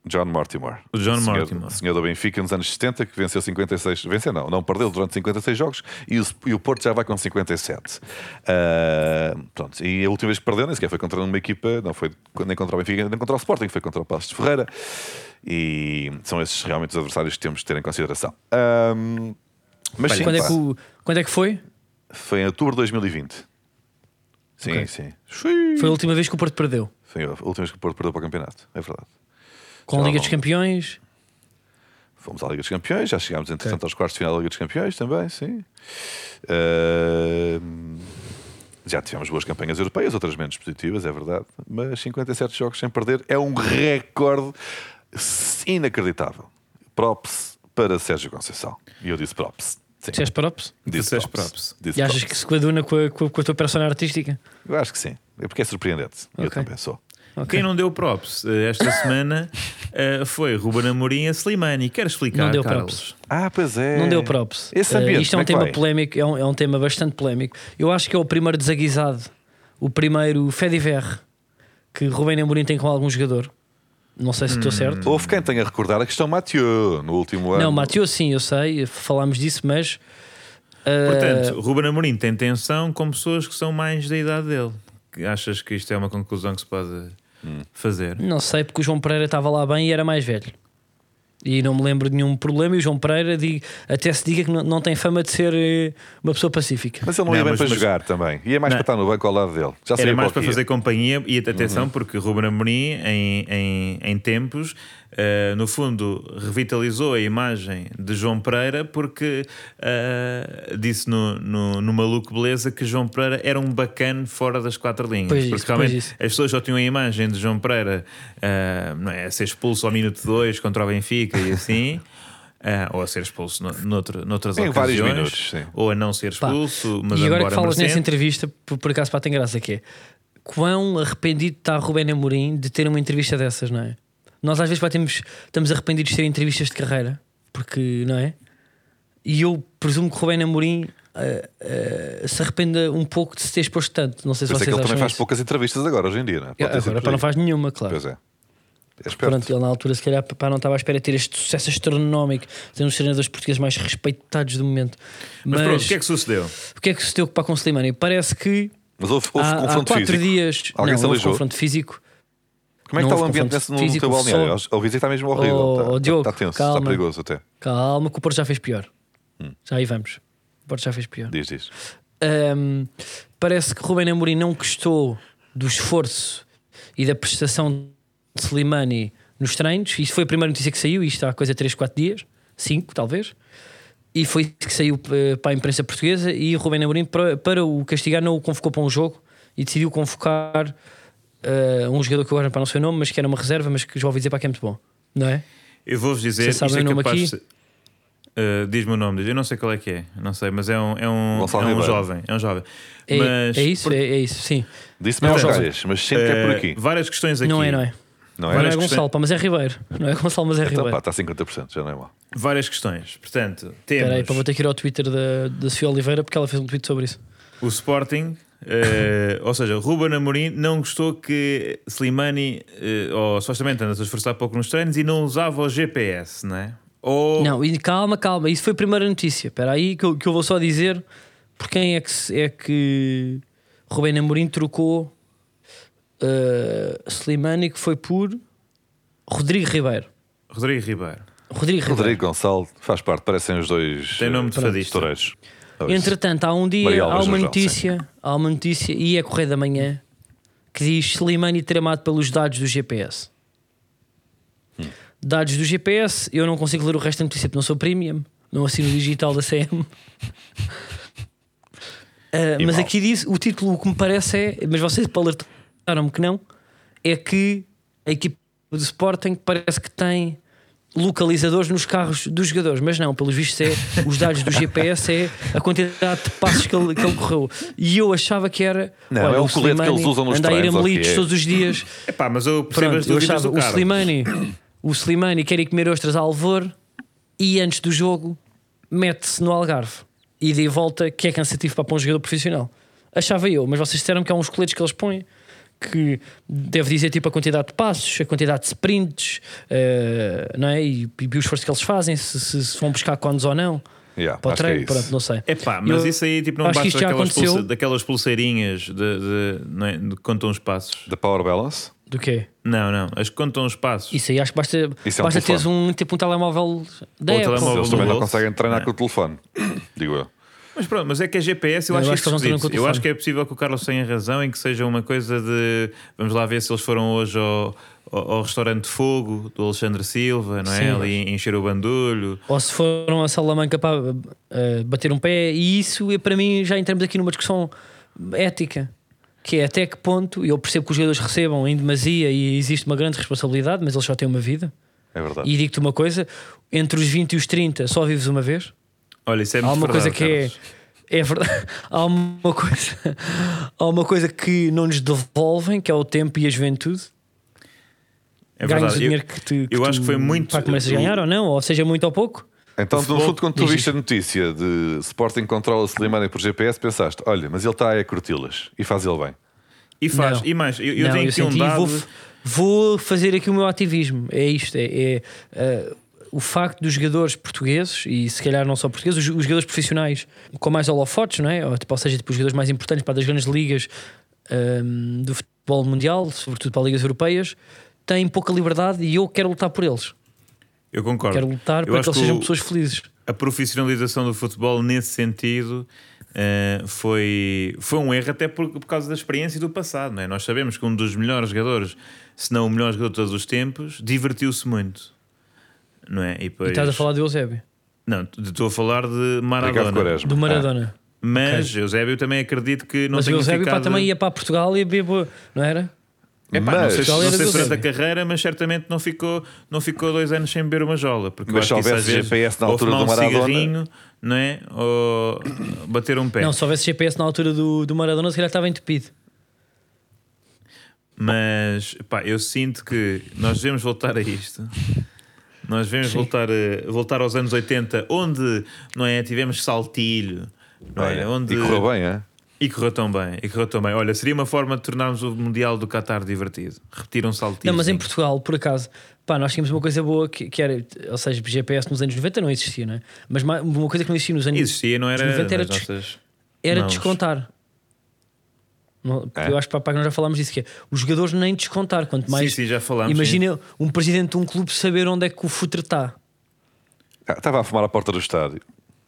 Speaker 2: John Mortimer.
Speaker 3: O John
Speaker 2: senhor,
Speaker 3: Mortimer.
Speaker 2: Senhor do Benfica nos anos 70, que venceu 56. Venceu, não, não perdeu durante 56 jogos e o, e o Porto já vai com 57. Ah, pronto, e a última vez que perdeu, nem sequer foi contra uma equipa, não foi nem contra o Benfica, nem contra o Sporting, foi contra o Passos de Ferreira. E são esses realmente os adversários que temos de ter em consideração. Ah, mas sim,
Speaker 1: Quando é,
Speaker 2: pá,
Speaker 1: que o- quando é que foi?
Speaker 2: foi em outubro de 2020. Sim,
Speaker 1: Ok.
Speaker 2: sim. Sim.
Speaker 1: Foi a última vez que o Porto perdeu.
Speaker 2: Foi a última vez que o Porto perdeu para o campeonato, é verdade.
Speaker 1: Com
Speaker 2: Já
Speaker 1: a Liga
Speaker 2: não-
Speaker 1: dos Campeões.
Speaker 2: Fomos à Liga dos Campeões, já chegámos entretanto aos quartos de final da Liga dos Campeões também, sim. Ahm, Já tivemos boas campanhas europeias, outras menos positivas, é verdade. Mas 57 jogos sem perder é um recorde inacreditável. Props para Sérgio Conceição. E eu disse props. Sim,
Speaker 1: Disseste props?
Speaker 2: disse
Speaker 3: Disseste props.
Speaker 2: Disse
Speaker 1: E achas
Speaker 2: props.
Speaker 1: que se coaduna com a, com a- com a tua persona artística?
Speaker 2: Eu acho que sim. É porque é surpreendente. Eu
Speaker 1: Ok.
Speaker 2: também sou.
Speaker 1: Ok.
Speaker 3: Quem não deu props eh, esta semana eh, foi Ruben Amorim e a Slimani. Quero explicar,
Speaker 1: Não deu
Speaker 3: Carlos.
Speaker 2: Ah, pois é.
Speaker 1: Não deu props.
Speaker 2: Esse
Speaker 1: Eh,
Speaker 2: ambiente,
Speaker 1: isto é
Speaker 2: como
Speaker 1: um
Speaker 2: é que
Speaker 1: tema
Speaker 2: vai?
Speaker 1: polémico, é um, é um tema bastante polémico. Eu acho que é o primeiro desaguisado, o primeiro Fediver que Rubén Amorim tem com algum jogador. Não sei se
Speaker 2: Hum.
Speaker 1: estou certo.
Speaker 2: Houve quem tenha a recordar a questão Mathieu no último ano.
Speaker 1: Não, Mathieu, sim, eu sei, falámos disso, mas. eh,
Speaker 3: Portanto, Ruben Amorim tem tensão com pessoas que são mais da idade dele. Que Achas que isto é uma conclusão que se pode fazer?
Speaker 1: Não sei, porque o João Pereira estava lá bem e era mais velho. E não me lembro de nenhum problema. E o João Pereira diga- até se diga que não, não tem fama de ser eh, uma pessoa pacífica.
Speaker 2: Mas ele não,
Speaker 3: Não,
Speaker 2: ia bem
Speaker 3: mas-
Speaker 2: para
Speaker 3: mas-
Speaker 2: jogar também. Ia mais
Speaker 3: Não.
Speaker 2: para estar no banco ao lado dele. Já
Speaker 3: Era
Speaker 2: sabia
Speaker 3: mais
Speaker 2: qual
Speaker 3: para
Speaker 2: que ia.
Speaker 3: fazer companhia e atenção,
Speaker 1: Uhum.
Speaker 3: porque Ruben Amorim, em, em, em tempos, eh, no fundo, revitalizou a imagem de João Pereira, porque eh, disse no, no, no Maluco Beleza que João Pereira era um bacana fora das quatro linhas.
Speaker 1: Pois isso,
Speaker 3: porque
Speaker 1: pois
Speaker 3: realmente
Speaker 1: isso.
Speaker 3: as pessoas só tinham a imagem de João Pereira eh, não é, a ser expulso ao minuto 2 contra o Benfica e assim. eh, ou a ser expulso no, noutro, noutras
Speaker 2: Em vários
Speaker 3: ocasiões,
Speaker 2: minutos, sim.
Speaker 3: ou a não ser
Speaker 1: Pá,
Speaker 3: expulso, mas
Speaker 1: e agora
Speaker 3: embora
Speaker 1: que falas nessa
Speaker 3: merecendo.
Speaker 1: entrevista, por, por acaso pá, tem graça que é quão arrependido está Rubén Amorim de ter uma entrevista dessas, não é? Nós às vezes pá, temos, estamos arrependidos de ter entrevistas de carreira, porque não é? E eu presumo que Rubén Amorim eh, eh, se arrependa um pouco de se ter exposto tanto. Não sei se
Speaker 2: Pois é que
Speaker 1: vocês
Speaker 2: ele
Speaker 1: acham
Speaker 2: também faz
Speaker 1: isso.
Speaker 2: poucas entrevistas agora, hoje em dia, não é? Pode ter sido
Speaker 1: Agora
Speaker 2: por
Speaker 1: pá, não
Speaker 2: aí.
Speaker 1: faz nenhuma, claro.
Speaker 2: Pois é. É esperto.
Speaker 1: Pronto, ele na altura, se calhar, pá, não estava à espera de ter este sucesso astronómico, ter uns treinadores portugueses mais respeitados do momento.
Speaker 3: Mas
Speaker 1: Mas,
Speaker 3: pronto, o que é que sucedeu?
Speaker 1: o que é que se deu para com o Slimani? Parece que
Speaker 2: Mas houve, houve
Speaker 1: há, há
Speaker 2: confronto
Speaker 1: quatro
Speaker 2: físico.
Speaker 1: dias
Speaker 2: Alguém se
Speaker 1: não, houve
Speaker 2: aleijou?
Speaker 1: confronto físico.
Speaker 2: Como é
Speaker 1: não
Speaker 2: que está o
Speaker 1: houve
Speaker 2: ambiente
Speaker 1: confronto
Speaker 2: nesse, no, no
Speaker 1: físico,
Speaker 2: teu balneário?
Speaker 1: só-
Speaker 2: Ouvi dizer que está mesmo horrível.
Speaker 1: Oh,
Speaker 2: está,
Speaker 1: Diogo,
Speaker 2: está tenso, está
Speaker 1: calma.
Speaker 2: perigoso até.
Speaker 1: Calma, que o Porto já fez pior.
Speaker 2: Hum.
Speaker 1: Já aí vamos. O Porto já fez pior.
Speaker 2: Diz, diz.
Speaker 1: Ahm, parece que Rubén Amorim não gostou do esforço e da prestação de Slimani nos treinos. Isso foi a primeira notícia que saiu, isto há coisa 3, 4 dias, 5 talvez. E foi isso que saiu eh, para a imprensa portuguesa. E o Rubén Amorim, para, para o castigar, não o convocou para um jogo e decidiu convocar eh, um jogador que agora para não sei o nome, mas que era uma reserva, mas que já ouvi dizer para que é muito bom, não é?
Speaker 3: Eu vou-vos dizer,
Speaker 1: Vocês
Speaker 3: isto
Speaker 1: sabem
Speaker 3: é
Speaker 1: o nome
Speaker 3: capaz
Speaker 1: aqui?
Speaker 3: de ser- Ah, Diz-me o nome, diz. eu não sei qual é que é, não sei, mas é um, é um,
Speaker 2: Gonçalo
Speaker 3: é um
Speaker 2: Ribeiro.
Speaker 3: jovem. É um jovem.
Speaker 1: É,
Speaker 3: mas,
Speaker 1: é isso, é, é isso, sim.
Speaker 2: Disse-me aos
Speaker 3: Portanto,
Speaker 2: calhas, mas sempre que é por
Speaker 3: ah,
Speaker 1: Eh,
Speaker 2: aqui.
Speaker 3: Várias questões aqui.
Speaker 1: Não é, não é? Não
Speaker 2: Não é?
Speaker 1: é
Speaker 3: várias
Speaker 1: Gonçalo,
Speaker 3: questões-
Speaker 1: pá, mas é Ribeiro. Não é Gonçalo, mas é
Speaker 2: Então,
Speaker 1: Ribeiro.
Speaker 2: pá, está a 50%, já não é mal.
Speaker 3: Várias questões. Portanto, temos
Speaker 1: Espera aí, pá, vou ter que ir ao Twitter da, da Sofia Oliveira porque ela fez um tweet sobre isso.
Speaker 3: o Sporting, ah, ou seja, Ruben Amorim não gostou que Slimani ah, ou supostamente anda-se a esforçar pouco nos treinos e não usava o GPS, não é? Ou
Speaker 1: Não, e calma, calma, isso foi a primeira notícia. Espera aí, que eu, que eu vou só dizer por quem é que, se- é que Rubén Amorim trocou uh, Slimani, que foi por Rodrigo Ribeiro.
Speaker 3: Rodrigo Ribeiro.
Speaker 1: Rodrigo Ribeiro.
Speaker 2: Rodrigo Gonçalo faz parte, parecem os dois.
Speaker 3: Tem nome de
Speaker 2: eh,
Speaker 3: fadista.
Speaker 2: toureiros. Oh, isso.
Speaker 1: Entretanto, há um dia,
Speaker 2: Maria
Speaker 1: há
Speaker 2: Alves
Speaker 1: uma
Speaker 2: Jordão,
Speaker 1: notícia, há uma notícia, e é Correio da Manhã, que diz Slimani tramado pelos dados do GPS.
Speaker 2: Hum.
Speaker 1: Dados do GPS, eu não consigo ler o resto da notícia porque não sou premium, não assino o digital da CM. Ah,
Speaker 2: E
Speaker 1: mas
Speaker 2: mal.
Speaker 1: aqui diz, o título o que me parece é, mas vocês alertaram-me que não, é que a equipa do Sporting parece que tem localizadores nos carros dos jogadores, mas não, pelos vistos é os dados do GPS é a quantidade de passos que ele, que ele correu. E eu achava que era
Speaker 2: Não, é o colete que
Speaker 1: Slimani
Speaker 2: eles usam nos
Speaker 1: anda a ir a
Speaker 2: treinos, ou o que
Speaker 1: Melites
Speaker 2: é?
Speaker 1: todos os dias.
Speaker 3: Epá, mas eu percebo as
Speaker 1: Pronto, eu
Speaker 3: dúvidas
Speaker 1: achava
Speaker 3: do
Speaker 1: o
Speaker 3: Carlos.
Speaker 1: Slimani, o Slimani quer ir comer ostras a Alvor e antes do jogo mete-se no Algarve e de volta que é cansativo para um jogador profissional. Achava eu, mas vocês disseram que há uns coletes que eles põem que deve dizer tipo a quantidade de passos, a quantidade de sprints, eh, não é? E, e o esforço que eles fazem, se, se- se vão buscar cones ou não
Speaker 2: Yeah,
Speaker 1: para o
Speaker 2: acho que é
Speaker 1: treino,
Speaker 2: isso.
Speaker 1: pronto, não sei.
Speaker 3: Epá, mas
Speaker 1: Eu
Speaker 3: isso aí tipo, não
Speaker 1: acho que
Speaker 3: basta
Speaker 1: isto já
Speaker 3: daquelas,
Speaker 1: aconteceu.
Speaker 3: pulse- daquelas pulseirinhas de, de, não é? de que contam os passos.
Speaker 2: Da Power Balance?
Speaker 1: Do quê?
Speaker 3: Não, não, as que contam os passos.
Speaker 1: Isso aí acho que basta,
Speaker 2: Isso é um
Speaker 1: basta teres
Speaker 2: telefone. um
Speaker 1: um, tipo, um telemóvel da
Speaker 3: Ou
Speaker 1: Apple.
Speaker 3: telemóvel
Speaker 2: Eles
Speaker 3: no
Speaker 2: também não
Speaker 3: bolso.
Speaker 2: conseguem
Speaker 1: É.
Speaker 2: treinar com o telefone. Digo eu.
Speaker 3: Mas pronto, mas é que a GPS eu
Speaker 1: Não,
Speaker 3: acho
Speaker 1: eu
Speaker 3: isso
Speaker 1: acho que eles não
Speaker 3: esquisito.
Speaker 1: estão com o
Speaker 3: Eu
Speaker 1: telefone.
Speaker 3: acho que é possível que o Carlos tenha razão em que seja uma coisa de vamos lá ver se eles foram hoje ao, ao, ao restaurante Fogo do Alexandre Silva, não é?
Speaker 1: Sim.
Speaker 3: Ali encher o bandulho.
Speaker 1: Ou se foram a Salamanca para eh, bater um pé, e isso é, para mim já entramos aqui numa discussão ética. Que é até que ponto, e eu percebo que os jogadores recebam em demasia e existe uma grande responsabilidade, mas eles só têm uma vida.
Speaker 2: É verdade.
Speaker 1: E digo-te uma coisa: entre os 20 e os 30 só vives uma vez.
Speaker 3: Olha, isso é
Speaker 1: Há
Speaker 3: muito
Speaker 1: uma coisa
Speaker 3: verdade,
Speaker 1: que é.
Speaker 3: Carlos.
Speaker 1: É verdade. Há uma coisa, há uma coisa que não nos devolvem, que é o tempo e a juventude.
Speaker 3: É
Speaker 1: Ganhas
Speaker 3: verdade.
Speaker 1: o
Speaker 3: Eu-
Speaker 1: dinheiro que te.
Speaker 3: eu
Speaker 1: tu-
Speaker 3: acho que foi muito-
Speaker 1: Pá, começas a ganhar ou não, ou seja, muito ou pouco.
Speaker 2: Então, no
Speaker 3: futebol-
Speaker 2: fundo, quando tu
Speaker 1: Diz
Speaker 2: viste a notícia de Sporting controla Slimani por GPS, pensaste: olha, mas ele está a curti-las e faz ele bem.
Speaker 3: E faz,
Speaker 1: Não.
Speaker 3: e mais, eu, eu
Speaker 1: não,
Speaker 3: tenho
Speaker 1: eu
Speaker 3: aqui um
Speaker 1: senti,
Speaker 3: dado.
Speaker 1: vou, vou fazer aqui o meu ativismo. É isto, é, é, ah, o facto dos jogadores portugueses, e se calhar não só portugueses, os, os jogadores profissionais com mais holofotes, não é? Ou, tipo, ou seja, tipo, os jogadores mais importantes para das grandes ligas ahm, do futebol mundial, sobretudo para ligas europeias, têm pouca liberdade e eu quero lutar por eles.
Speaker 3: Eu concordo.
Speaker 1: Quero lutar
Speaker 3: Eu
Speaker 1: para que
Speaker 3: acho
Speaker 1: eles sejam
Speaker 3: o-
Speaker 1: pessoas felizes.
Speaker 3: a profissionalização do futebol nesse sentido eh, foi, foi um erro, até por, por causa da experiência e do passado. Não é? Nós sabemos que um dos melhores jogadores, se não o melhor jogador de todos os tempos, divertiu-se muito. Não é? E
Speaker 1: E
Speaker 3: depois-
Speaker 1: estás a falar do Eusébio,
Speaker 3: Não, t- estou a falar de
Speaker 2: Ricardo
Speaker 3: Maradona.
Speaker 2: Quaresma.
Speaker 1: do Maradona.
Speaker 3: Mas Eusébio também acredito que Ah, não
Speaker 1: Mas o
Speaker 3: tenha
Speaker 1: Eusébio pá,
Speaker 3: ficado...
Speaker 1: também ia para Portugal e bebo, não era?
Speaker 3: Epá,
Speaker 2: Mas-
Speaker 3: não sei,
Speaker 1: Portugal
Speaker 3: não
Speaker 1: era
Speaker 3: sei
Speaker 1: do
Speaker 3: durante a
Speaker 1: Eusébio.
Speaker 3: carreira, mas certamente não ficou, não ficou dois anos sem beber uma jola. Porque eu
Speaker 2: Mas
Speaker 3: acho que
Speaker 2: se
Speaker 3: isso às
Speaker 2: houvesse
Speaker 3: vezes,
Speaker 2: GPS na
Speaker 3: ou
Speaker 2: altura
Speaker 3: fumar
Speaker 2: do
Speaker 3: um
Speaker 2: Maradona-
Speaker 3: cigarrinho, não é? Ou bater um pé.
Speaker 1: Não, se houvesse GPS na altura do, do Maradona, se calhar estava entupido.
Speaker 3: Mas pá, eu sinto que nós devemos voltar a isto. Nós devemos voltar, a, voltar aos anos 80, onde não é, tivemos saltilho, não é?
Speaker 2: Ah. Olha,
Speaker 3: onde,
Speaker 2: E correu bem, é?
Speaker 3: E correu tão bem, e correu tão bem. Olha, seria uma forma de tornarmos o Mundial do Qatar divertido. Repetir um saltilho.
Speaker 1: Não,
Speaker 2: é
Speaker 1: mas em
Speaker 3: sim.
Speaker 1: Portugal, por acaso, pá, nós tínhamos uma coisa boa que, que era, ou seja, GPS nos anos 90 não existia, não é? Mas ma- uma coisa que não existia nos anos
Speaker 3: Existia, não era,
Speaker 1: Os 90 era
Speaker 3: nas
Speaker 1: des-
Speaker 3: nossas
Speaker 1: era
Speaker 3: mãos.
Speaker 1: descontar. Não, porque
Speaker 2: É.
Speaker 1: Eu acho pá, pá, que nós já falámos disso, que é os jogadores nem descontar, quanto mais.
Speaker 3: sim, sim, já falámos. sim.
Speaker 1: Imagina um presidente de um clube saber onde é que o futre está.
Speaker 2: Ah, Estava a fumar à porta do estádio.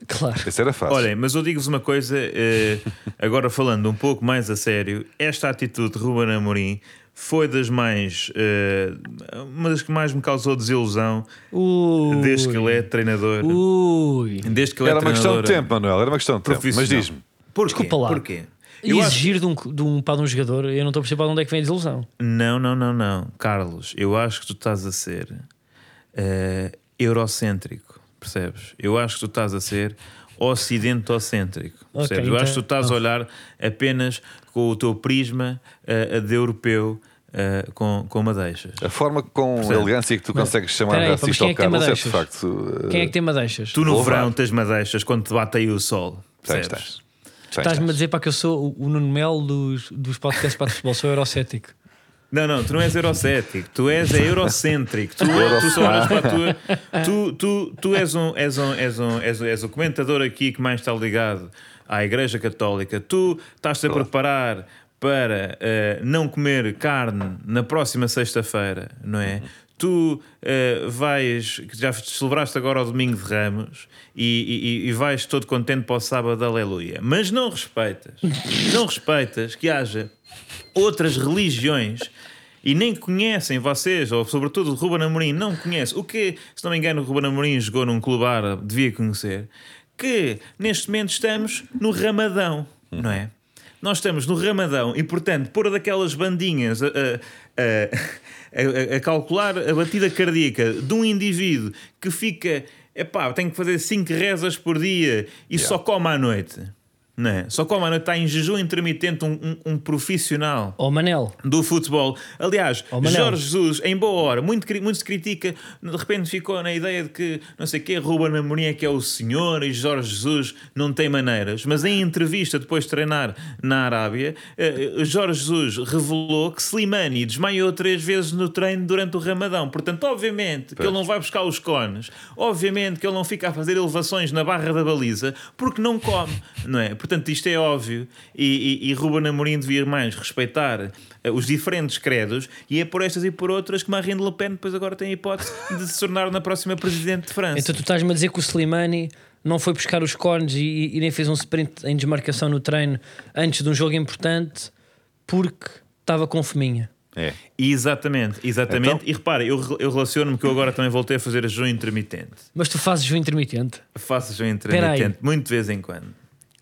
Speaker 1: Claro.
Speaker 2: Isso era fácil.
Speaker 3: Olhem, mas eu digo-vos uma coisa, eh, agora falando um pouco mais a sério, esta atitude de Ruben Amorim foi das mais. eh, uma das que mais me causou desilusão
Speaker 1: Ui.
Speaker 3: desde que ele é treinador.
Speaker 1: Ui.
Speaker 3: Desde que ele é
Speaker 2: era uma questão de
Speaker 3: treinador
Speaker 2: tempo, Manuel. Era uma questão de tempo. Mas
Speaker 3: profissional.
Speaker 2: diz-me,
Speaker 3: Porquê?
Speaker 1: Desculpa lá.
Speaker 3: Porquê?
Speaker 1: E
Speaker 3: Eu acho-
Speaker 1: exigir de, um, de, um, pá, de um jogador, eu não estou a perceber de onde é que vem a desilusão.
Speaker 3: Não, não, não, não. Carlos, eu acho que tu estás a ser eh, eurocêntrico, percebes? Eu acho que tu estás a ser ocidentocêntrico,
Speaker 1: Ok,
Speaker 3: percebes? eu acho que tu
Speaker 1: então-
Speaker 3: estás a olhar apenas com o teu prisma eh, de europeu eh, com, com madeixas.
Speaker 2: a forma com
Speaker 3: Percebe?
Speaker 2: elegância que tu consegues chamar
Speaker 1: peraí,
Speaker 2: de
Speaker 1: pá, é. mas
Speaker 2: racista
Speaker 1: quem é
Speaker 2: ao
Speaker 1: que tem
Speaker 2: Carlos é de
Speaker 1: madeixas?
Speaker 2: facto. eh,
Speaker 1: Quem é que tem madeixas?
Speaker 3: Tu no
Speaker 2: Vou
Speaker 3: verão
Speaker 2: levar.
Speaker 3: tens madeixas quando te bate aí o sol,
Speaker 2: eh, Tens,
Speaker 3: percebes?
Speaker 2: tens.
Speaker 1: Estás-me a dizer para que eu sou o, o Nuno Melo dos, dos podcasts para de futebol, sou eurocético.
Speaker 3: Não, não, tu não és eurocético, tu és é eurocêntrico, tu, tu só olhas para a tua. Tu, tu, tu és, um, és, um, és, um, és, um- és o comentador aqui que mais está ligado à Igreja Católica. Tu estás-te a preparar para eh, não comer carne na próxima sexta-feira, não é? Tu eh, vais, que já celebraste agora o domingo de Ramos e, e- e vais todo contente para o sábado, aleluia. Mas não respeitas, não respeitas que haja outras religiões e nem conhecem vocês, ou sobretudo o Ruben Amorim não conhece, o que, se não me engano, o Ruben Amorim jogou num clube árabe, devia conhecer, que neste momento estamos no Ramadão, não é? Nós estamos no Ramadão e, portanto, pôr daquelas bandinhas a, a- a- a- a calcular a batida cardíaca de um indivíduo que fica, epá, tem que fazer cinco rezas por dia e só come à noite, não é? Só come à noite, está em jejum intermitente um- um- um profissional
Speaker 1: Ó Manel,
Speaker 3: do futebol. Aliás,
Speaker 1: Oh, Manel.
Speaker 3: Jorge Jesus, em boa hora, muito, cri- muito se critica, de repente ficou na ideia de que não sei quê, Ruben Amorim é que é o senhor e Jorge Jesus não tem maneiras. Mas em entrevista, depois de treinar na Arábia, eh, eh, Jorge Jesus revelou que Slimani desmaiou três vezes no treino durante o Ramadão. Portanto, obviamente que ele não vai buscar os cones, obviamente que ele não fica a fazer elevações na barra da baliza porque não come, não é? Portanto, isto é óbvio e, e, e Ruben Amorim devia mais respeitar eh, os diferentes credos e é por estas e por outras que Marine Le Pen depois agora tem a hipótese de se tornar na próxima presidente de França.
Speaker 1: então tu estás-me a dizer que o Slimani não foi buscar os cornes e, e nem fez um sprint em desmarcação no treino antes de um jogo importante porque estava com fominha.
Speaker 2: É.
Speaker 3: Exatamente, exatamente.
Speaker 2: Então?
Speaker 3: E repara, eu, re- eu relaciono-me que eu agora também voltei a fazer jejum intermitente.
Speaker 1: Mas tu fazes o intermitente.
Speaker 3: Faço jejum
Speaker 1: Espera aí.
Speaker 3: intermitente muito de vez em quando.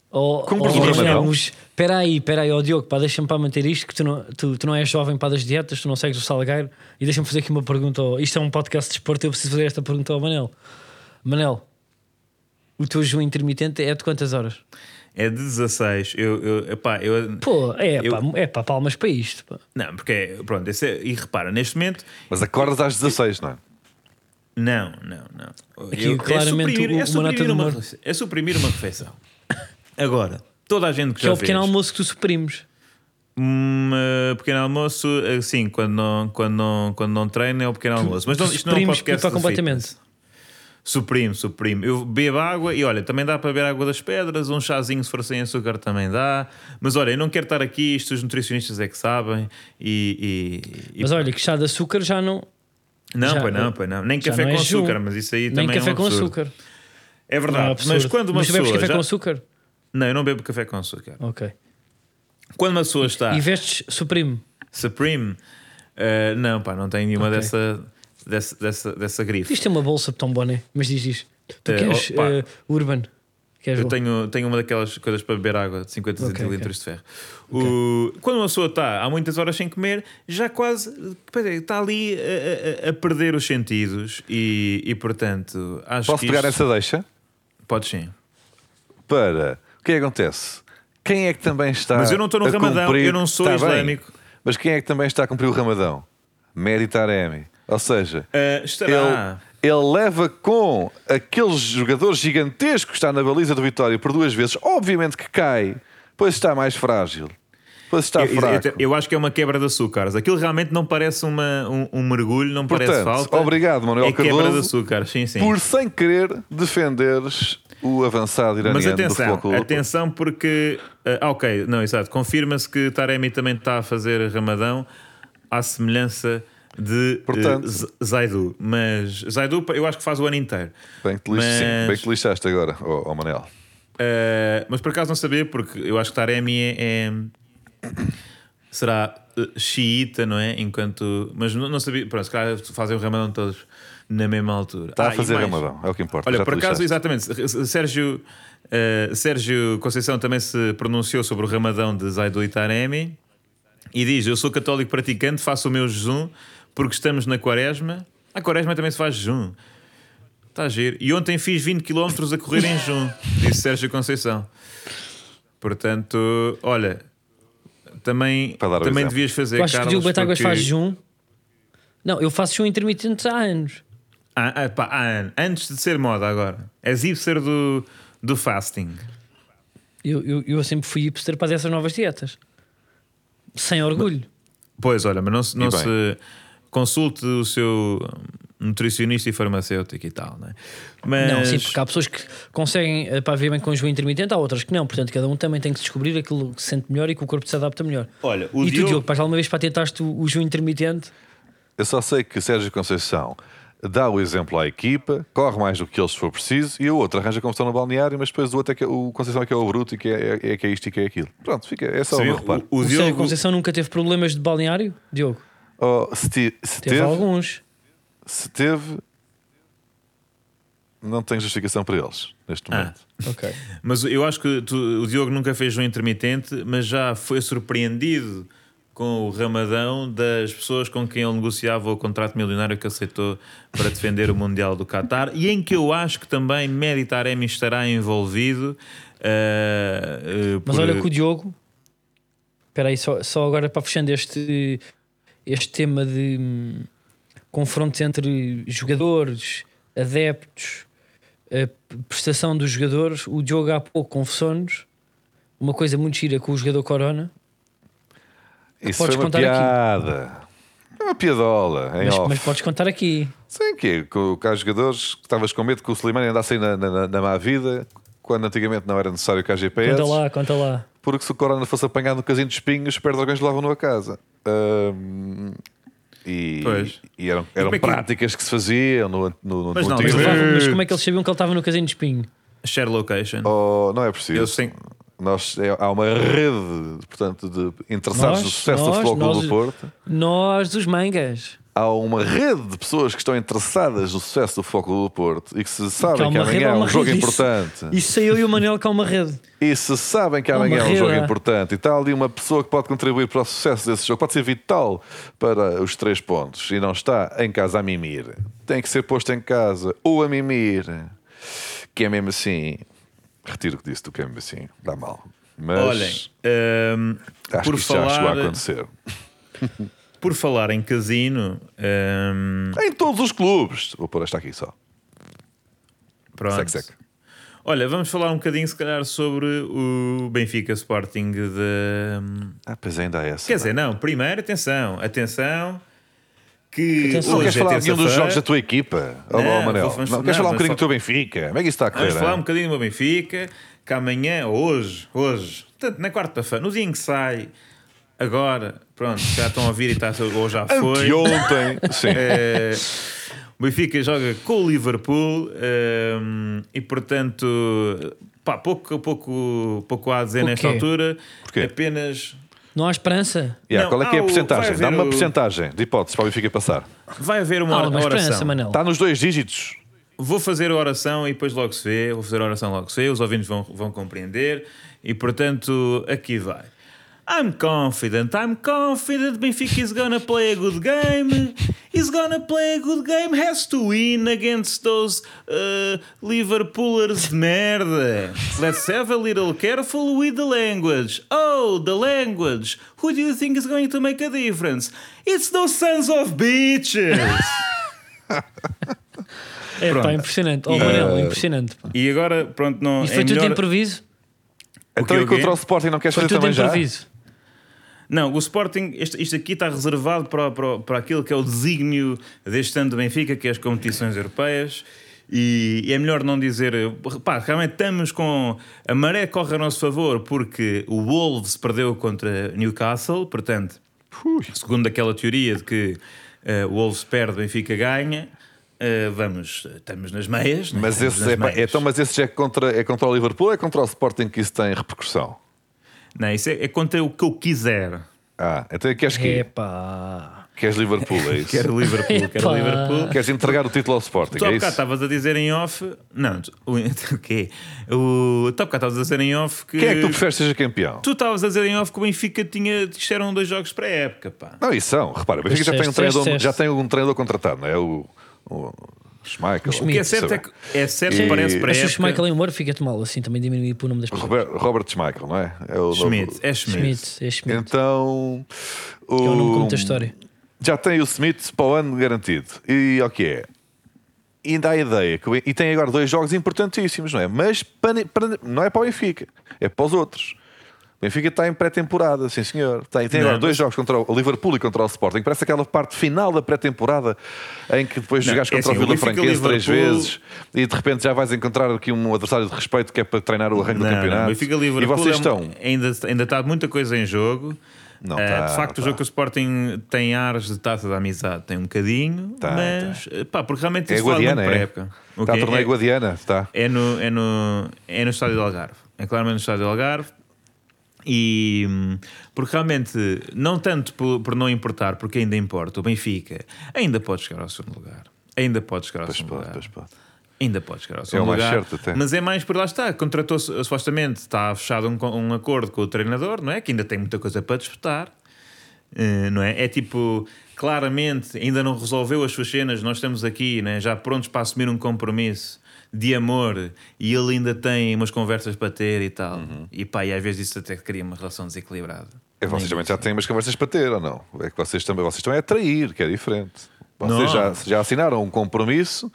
Speaker 1: Ou,
Speaker 2: Cumpres
Speaker 1: ou
Speaker 2: o ramadão?
Speaker 1: digamos, espera aí, espera aí, ó Diogo, pá, deixa-me para manter isto, que tu não, tu, tu não és jovem para das dietas, tu não segues o salgueiro, e deixa-me fazer aqui uma pergunta. ao- isto é um podcast de desporto, eu preciso fazer esta pergunta ao Manel. Manel, o teu jejum intermitente é de quantas horas?
Speaker 3: É 16. Eu, eu, epá, eu,
Speaker 1: Pô, é,
Speaker 3: Eu-
Speaker 1: pá, é pá, palmas para isto. pá.
Speaker 3: não, porque é, pronto, esse é- e repara, neste momento,
Speaker 2: Mas acordas às 16, não é?
Speaker 3: não, não, não.
Speaker 1: Aqui,
Speaker 3: Eu-
Speaker 1: claramente, o- uma nota
Speaker 3: é suprimir, é suprimir
Speaker 1: de
Speaker 3: uma,
Speaker 1: humor.
Speaker 3: refe- é suprimir uma refeição. Agora, toda a gente que
Speaker 1: Que
Speaker 3: já
Speaker 1: é o
Speaker 3: fez
Speaker 1: pequeno almoço que tu suprimes.
Speaker 3: um eh, pequeno almoço, assim, quando não, quando não, quando não treino é o pequeno almoço. Mas não, isto não é um
Speaker 1: Suprimes
Speaker 3: podcast
Speaker 1: para
Speaker 3: de
Speaker 1: completamente.
Speaker 3: fitness. Suprime, suprime. Eu bebo água e olha, também dá para beber água das pedras, um chazinho se for sem açúcar também dá. Mas olha, eu não quero estar aqui, isto os nutricionistas é que sabem. E, e- e-
Speaker 1: Mas olha, que chá de açúcar já não.
Speaker 3: não,
Speaker 1: já-
Speaker 3: pois não, pois não. Nem
Speaker 1: já
Speaker 3: café
Speaker 1: não é
Speaker 3: com
Speaker 1: jejum.
Speaker 3: açúcar, mas isso aí
Speaker 1: Nem
Speaker 3: também
Speaker 1: café
Speaker 3: é um
Speaker 1: com
Speaker 3: absurdo.
Speaker 1: açúcar.
Speaker 3: É
Speaker 1: Não, é
Speaker 3: verdade, mas
Speaker 1: absurdo.
Speaker 3: quando uma
Speaker 1: mas tu
Speaker 3: pessoa.
Speaker 1: bebes café
Speaker 3: já-
Speaker 1: com açúcar?
Speaker 3: Não, eu não bebo café com açúcar.
Speaker 1: Ok.
Speaker 3: Quando uma pessoa está.
Speaker 1: E vestes Supreme.
Speaker 3: Supreme. Uh, não, pá, não tenho nenhuma
Speaker 1: Ok.
Speaker 3: dessa, dessa, dessa, dessa grife.
Speaker 1: Diz-te é uma bolsa de Tom Boné, mas diz, diz. Tu
Speaker 3: Eh,
Speaker 1: queres
Speaker 3: opa.
Speaker 1: eh, Urban? Queres
Speaker 3: Eu
Speaker 1: é bom?
Speaker 3: tenho, tenho uma daquelas coisas para beber água de 50
Speaker 1: Ok,
Speaker 3: centilitros de ferro. O- quando uma pessoa está há muitas horas sem comer, já quase pois é, está ali a, a- a perder os sentidos e, e, portanto, acho
Speaker 2: Posso
Speaker 3: que.
Speaker 2: pegar
Speaker 3: isto-
Speaker 2: essa deixa?
Speaker 3: Podes sim.
Speaker 2: para o que é que acontece? Quem é que também está
Speaker 3: Mas eu não estou no
Speaker 2: a
Speaker 3: Ramadão,
Speaker 2: cumprir-
Speaker 3: eu não sou
Speaker 2: Está bem,
Speaker 3: islâmico.
Speaker 2: mas quem é que também está a cumprir o Ramadão? Meritaremi. Ou seja,
Speaker 3: Uh,
Speaker 2: ele,
Speaker 3: estará.
Speaker 2: ele leva com aquele jogador gigantesco que está na baliza do Vitória por duas vezes. Obviamente que cai, pois está mais frágil. Pois está
Speaker 3: Eu, eu-
Speaker 2: tá fraco.
Speaker 3: eu, acho que é uma quebra de açúcares. Aquilo realmente não parece uma, um, um mergulho, não parece
Speaker 2: Portanto,
Speaker 3: falta.
Speaker 2: obrigado, Manuel
Speaker 3: É quebra de
Speaker 2: Cardoso,
Speaker 3: açúcares, sim, sim.
Speaker 2: por sem querer defenderes o avançado iraniano
Speaker 3: Mas
Speaker 2: do
Speaker 3: atenção,
Speaker 2: Futebol Clube do Porto.
Speaker 3: atenção porque. ah, ok, não, exato. Confirma-se que Taremi também está a fazer Ramadão à semelhança de
Speaker 2: Portanto-
Speaker 3: eh, Z- Zaidu. Mas Zaidu, eu acho que faz o ano inteiro.
Speaker 2: Bem que te lixaste, sim,
Speaker 3: Mas-
Speaker 2: bem que te lixaste agora, ó ó Manel.
Speaker 3: Ah, mas por acaso não sabia, porque eu acho que Taremi é. é- será eh, xiita, não é? Enquanto. Mas não, não sabia. Pronto, se calhar fazem o Ramadão todos na mesma altura.
Speaker 2: Está
Speaker 3: Ah,
Speaker 2: Tá a
Speaker 3: e
Speaker 2: fazer
Speaker 3: mais-
Speaker 2: Ramadão, é o que importa.
Speaker 3: Olha,
Speaker 2: já
Speaker 3: por
Speaker 2: te
Speaker 3: acaso,
Speaker 2: lixaste.
Speaker 3: exatamente, S- Sérgio, eh, Sérgio Conceição também se pronunciou sobre o ramadão de Zaidu e Taremi e diz: Eu sou católico praticante, faço o meu jejum porque estamos na quaresma. A quaresma também se faz jejum. Está a giro. E ontem fiz 20 km a correr em jejum, disse Sérgio Conceição. Portanto, olha, também,
Speaker 2: Para dar o
Speaker 3: também
Speaker 2: exemplo.
Speaker 3: devias fazer.
Speaker 1: Eu acho que o
Speaker 3: Carlos,
Speaker 1: Diogo Batáguas
Speaker 3: porque-
Speaker 1: faz jejum. Não, eu faço jejum intermitente há anos.
Speaker 3: Ah, ah, pá, ah, antes de ser moda agora. És hipster do, do fasting.
Speaker 1: Eu, eu, eu sempre fui hipster para dessas novas dietas. Sem orgulho.
Speaker 3: Pois, olha, mas não, se- não
Speaker 2: bem.
Speaker 3: se consulte o seu nutricionista e farmacêutico e tal, não é? Mas,
Speaker 1: Não, sim, porque há pessoas que conseguem eh, pá, viver bem com jejum intermitente, há outras que não. Portanto, cada um também tem que descobrir aquilo que se sente melhor e que o corpo se adapta melhor.
Speaker 3: olha, o
Speaker 1: e tu,
Speaker 3: Diogo,
Speaker 1: Diogo, pá, já uma vez para tentaste o, o jejum intermitente?
Speaker 2: Eu só sei que Sérgio Conceição dá o exemplo à equipa, corre mais do que eles se for preciso, e o outro arranja confusão no balneário, mas depois o outro é que é- o Conceição é que é o bruto e que é, é- é que é isto e que é aquilo. Pronto, fica, é só o
Speaker 3: sabia-
Speaker 2: meu reparo.
Speaker 3: o, o
Speaker 1: O Sérgio
Speaker 3: Diogo
Speaker 1: Conceição nunca teve problemas de balneário? Diogo,
Speaker 2: Oh, se, ti- se
Speaker 1: teve,
Speaker 2: teve,
Speaker 1: alguns.
Speaker 2: se teve, não tenho justificação para eles neste
Speaker 3: Ah.
Speaker 2: momento.
Speaker 1: Ok.
Speaker 3: Mas eu acho que tu- o Diogo nunca fez um intermitente, mas já foi surpreendido com o ramadão das pessoas com quem ele negociava o contrato milionário que aceitou para defender o Mundial do Qatar e em que eu acho que também Mehdi Taremi estará envolvido. ah, ah,
Speaker 1: Mas
Speaker 3: por-
Speaker 1: olha que o Diogo. Espera aí, só, só agora para fechando este, este tema de hum, confrontos entre jogadores, adeptos, a p- prestação dos jogadores. O Diogo há pouco confessou-nos uma coisa muito gira com o jogador Corona.
Speaker 2: Isso
Speaker 1: podes
Speaker 2: foi uma
Speaker 1: contar aqui.
Speaker 2: piada. É uma piadola, em
Speaker 1: Mas,
Speaker 2: off.
Speaker 1: mas podes contar aqui.
Speaker 2: Sim, que é, que o- que há jogadores que estavas com medo que o Slimani andasse aí na, na, na- na má vida, quando antigamente não era necessário que há GPS.
Speaker 1: Conta lá, conta lá.
Speaker 2: Porque se o Corona fosse apanhado no casinho de espinhos, os perdragões levavam-no a casa. Ahm, e,
Speaker 3: Pois.
Speaker 2: e eram,
Speaker 3: como
Speaker 2: eram
Speaker 3: é que-
Speaker 2: práticas que se faziam no, no, no,
Speaker 3: Mas
Speaker 2: no
Speaker 3: não,
Speaker 1: Mas,
Speaker 2: antigo-
Speaker 3: levava-
Speaker 1: levava- mas como é que eles sabiam que ele estava no casinho de espinho?
Speaker 3: Share location.
Speaker 2: Oh, não é preciso.
Speaker 3: Eu sei-
Speaker 2: Nós, é- há uma rede portanto, de interessados
Speaker 1: Nós,
Speaker 2: no sucesso do
Speaker 1: nós,
Speaker 2: Futebol Clube
Speaker 1: nós-
Speaker 2: do Porto.
Speaker 1: Nós, dos mangas.
Speaker 2: há uma rede de pessoas que estão interessadas no sucesso do Foco do Porto e que se sabem
Speaker 1: há
Speaker 2: que,
Speaker 1: uma rede,
Speaker 2: amanhã
Speaker 1: há
Speaker 2: é
Speaker 1: uma
Speaker 2: um jogo
Speaker 1: rede, isso-
Speaker 2: importante
Speaker 1: Isso saiu e o Manuel que há uma rede.
Speaker 2: e se sabem que amanhã é
Speaker 1: uma
Speaker 2: um jogo
Speaker 1: rede.
Speaker 2: importante e está ali uma pessoa que pode contribuir para o sucesso desse jogo, pode ser vital para os três pontos e não está em casa a mimir. Tem que ser posto em casa ou a mimir, que é mesmo assim. Retiro o que disse do que é mesmo assim, dá mal. Mas
Speaker 3: Olhem, ehm,
Speaker 2: acho
Speaker 3: por
Speaker 2: que isto já chegou a
Speaker 3: falar,
Speaker 2: acontecer.
Speaker 3: por falar em casino, ehm,
Speaker 2: Em todos os clubes. Vou pôr esta aqui só.
Speaker 3: pronto.
Speaker 2: Sec, sec.
Speaker 3: Olha, vamos falar um bocadinho, se calhar, sobre o Benfica Sporting de. ehm,
Speaker 2: Ah, pois ainda é essa.
Speaker 3: Quer dizer, não, primeiro, atenção, atenção. Que
Speaker 1: Atenção.
Speaker 2: não
Speaker 3: hoje
Speaker 2: queres
Speaker 3: é
Speaker 2: falar de um dos
Speaker 3: terça-feira.
Speaker 2: jogos da tua equipa? Ó,
Speaker 3: Não,
Speaker 2: ó, Manel.
Speaker 3: vamos-
Speaker 2: Não,
Speaker 3: não,
Speaker 2: queres falar um
Speaker 3: vamos
Speaker 2: bocadinho do teu Benfica? Como é que isso está a correr?
Speaker 3: Vamos falar um
Speaker 2: hein?
Speaker 3: bocadinho do Benfica, que amanhã, ou hoje, hoje, portanto, na quarta-feira, no dia em que sai, agora, pronto, já estão a vir e está, ou já foi.
Speaker 2: Anteontem. Sim.
Speaker 3: Eh, o Benfica joga com o Liverpool ehm, e, portanto, pá, pouco, pouco, pouco há a dizer
Speaker 1: O
Speaker 3: nesta
Speaker 1: quê?
Speaker 3: altura.
Speaker 2: Porquê?
Speaker 3: Apenas
Speaker 1: Não há esperança.
Speaker 2: Yeah,
Speaker 3: Não,
Speaker 2: qual é que é
Speaker 3: há
Speaker 2: a
Speaker 3: o- vai
Speaker 2: porcentagem?
Speaker 3: haver
Speaker 2: Dá-me uma
Speaker 3: o-
Speaker 2: porcentagem de hipóteses para o Benfica passar.
Speaker 3: vai haver uma
Speaker 1: Há
Speaker 3: hora
Speaker 1: alguma esperança,
Speaker 3: oração.
Speaker 1: Manel.
Speaker 2: Está nos dois dígitos.
Speaker 3: Vou fazer a oração e depois logo se vê. Vou fazer a oração logo se vê. Os ouvintes vão, vão compreender. E portanto, aqui vai. I'm confident, I'm confident Benfica is gonna play a good game. Is gonna play a good game. Has to win against those uh, Liverpoolers de merda. Let's have a little careful with the language. Oh, the language. Who do you think is going to make a difference? It's those sons of bitches.
Speaker 1: É pá,
Speaker 3: Pronto.
Speaker 1: impressionante. Ó
Speaker 3: E-
Speaker 1: Manel, impressionante. pá.
Speaker 3: e agora, pronto, não.
Speaker 1: Isto
Speaker 3: é
Speaker 1: foi tudo de
Speaker 3: melhor-
Speaker 1: improviso.
Speaker 2: Então
Speaker 3: quê,
Speaker 2: e
Speaker 3: o quê?
Speaker 2: contra o Sporting não queres
Speaker 1: Foi
Speaker 2: fazer
Speaker 1: tudo de
Speaker 2: também já?
Speaker 1: improviso.
Speaker 3: Não, o Sporting, isto, isto aqui está reservado para, para, para aquilo que é o desígnio deste ano do Benfica, que é as competições europeias. E, e é melhor não dizer, pá, realmente estamos com. A maré corre a nosso favor porque o Wolves perdeu contra Newcastle, portanto, segundo aquela teoria de que eh, o Wolves perde, o Benfica ganha, eh, vamos, estamos nas meias. né?
Speaker 2: Mas
Speaker 3: Estamos
Speaker 2: esse,
Speaker 3: nas
Speaker 2: é, pá,
Speaker 3: meias.
Speaker 2: então, mas esse é contra, é contra o Liverpool ou é contra o Sporting que isso tem repercussão?
Speaker 3: Não, isso é, é contra o que eu quiser.
Speaker 2: Ah, então queres
Speaker 1: É
Speaker 2: que
Speaker 1: pá.
Speaker 2: Queres Liverpool, é isso?
Speaker 3: Quero Liverpool, quero
Speaker 1: Epá.
Speaker 3: Liverpool.
Speaker 2: Queres entregar o título ao Sporting,
Speaker 3: Tu há
Speaker 2: é
Speaker 3: bocado tá-
Speaker 2: isso?
Speaker 3: estavas a dizer em off. Não, tu- o o quê? O tu há bocado estavas a dizer em off que.
Speaker 2: Quem é que tu preferes seja campeão?
Speaker 3: Tu estavas a dizer em off que o Benfica tinha. Isto eram dois jogos para a época, pá.
Speaker 2: Não, isso são. Repara, o Benfica já tem um
Speaker 1: Disseste,
Speaker 2: treinador,
Speaker 1: disseste.
Speaker 2: já tem um treinador contratado, não é? O, o Schmeichel.
Speaker 1: O
Speaker 3: O que é
Speaker 1: Schmidt,
Speaker 3: certo é que, é certo que
Speaker 2: E-
Speaker 3: parece para a
Speaker 1: Acho que o
Speaker 3: época.
Speaker 1: Schmeichel em humor fica-te mal, assim, também diminuir para o nome das pessoas.
Speaker 2: Robert, Robert Schmeichel, não é? É o novo-
Speaker 3: Schmidt, é Schmidt.
Speaker 1: Schmidt, é Schmidt.
Speaker 2: Então. O...
Speaker 1: é o nome que conta a história.
Speaker 2: Já tem o Smith para o ano garantido. E o que é? Ainda há a ideia. que o Ben- e tem agora dois jogos importantíssimos, não é? Mas para- para- não é para o Benfica, é para os outros. O Benfica está em pré-temporada, sim senhor. Tem, tem
Speaker 3: Não, é?
Speaker 2: agora dois
Speaker 3: mas-
Speaker 2: jogos contra o Liverpool e contra o Sporting. Parece aquela parte final da pré-temporada em que depois
Speaker 3: Não,
Speaker 2: jogaste
Speaker 3: é
Speaker 2: contra
Speaker 3: assim,
Speaker 2: o
Speaker 3: o
Speaker 2: Vila
Speaker 3: Benfica e o
Speaker 2: Franquense três
Speaker 3: Liverpool-
Speaker 2: vezes e de repente já vais encontrar aqui um adversário de respeito que é para treinar o arranque do
Speaker 3: Não,
Speaker 2: campeonato.
Speaker 3: não, Benfica
Speaker 2: e
Speaker 3: Liverpool
Speaker 2: vocês
Speaker 3: é um-
Speaker 2: estão.
Speaker 3: ainda, ainda está muita coisa em jogo.
Speaker 2: Não tá,
Speaker 3: Eh,
Speaker 2: está,
Speaker 3: de facto,
Speaker 2: não
Speaker 3: o jogo com o Sporting tem ares de taça da amizade, tem um bocadinho,
Speaker 2: Tá,
Speaker 3: mas eh, pá, porque realmente
Speaker 2: É
Speaker 3: isso vale muito
Speaker 2: Guadiana,
Speaker 3: para a
Speaker 2: é?
Speaker 3: época. O
Speaker 2: Está a
Speaker 3: quê?
Speaker 2: torneio
Speaker 3: É-
Speaker 2: Guadiana, está.
Speaker 3: É no, é no, é no estádio do Algarve. É claramente no estádio do Algarve. E hum, porque realmente, não tanto por, por não importar, porque ainda importa, o Benfica ainda pode chegar ao segundo lugar. Ainda pode chegar ao segundo
Speaker 2: Pode,
Speaker 3: lugar.
Speaker 2: pois pode.
Speaker 3: Ainda pode chegar ao segundo
Speaker 2: mais
Speaker 3: lugar.
Speaker 2: certo até.
Speaker 3: Mas é mais por lá está. Contratou-se, supostamente, está fechado um, co- um acordo com o treinador, não é? Que ainda tem muita coisa para disputar. eh, não é? É tipo, claramente ainda não resolveu as suas cenas. Nós estamos aqui né, já prontos para assumir um compromisso de amor e ele ainda tem umas conversas para ter e tal. E pá, e às vezes isso até cria uma relação desequilibrada.
Speaker 2: Uhum. É, vocês também já têm umas conversas para ter, ou não? É que vocês também vocês estão é a trair, que é diferente.
Speaker 3: Não.
Speaker 2: Vocês já, já assinaram um compromisso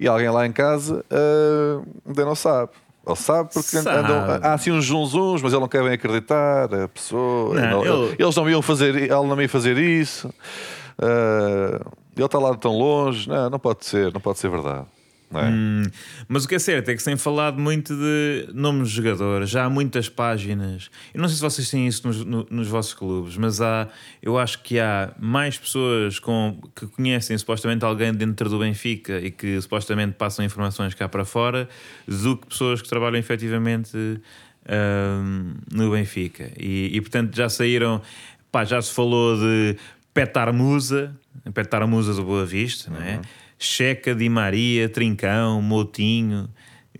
Speaker 2: e alguém lá em casa ah, ainda não sabe. Ou sabe porque
Speaker 3: Sabe.
Speaker 2: andam- há assim uns junzuns, mas ele não quer bem acreditar, a pessoa.
Speaker 3: Não,
Speaker 2: ele não-
Speaker 3: ele-
Speaker 2: Eles não iam fazer, ele não ia fazer isso. Ah, ele está lá tão longe. Não, não pode ser, não pode ser verdade. Não é?
Speaker 3: Hum, Mas o que é certo é que sem falar de muito de nomes de jogadores, já há muitas páginas. Eu não sei se vocês têm isso nos, no- nos vossos clubes, mas há, eu acho que há mais pessoas com, que conhecem supostamente alguém dentro do Benfica e que supostamente passam informações cá para fora do que pessoas que trabalham efetivamente hum, no Benfica. E, e, portanto já saíram, pá, já se falou de Petar Musa. Pede Taramusa do Boa Vista, não
Speaker 2: Uhum.
Speaker 3: é? Checa, Di Maria, Trincão, Moutinho.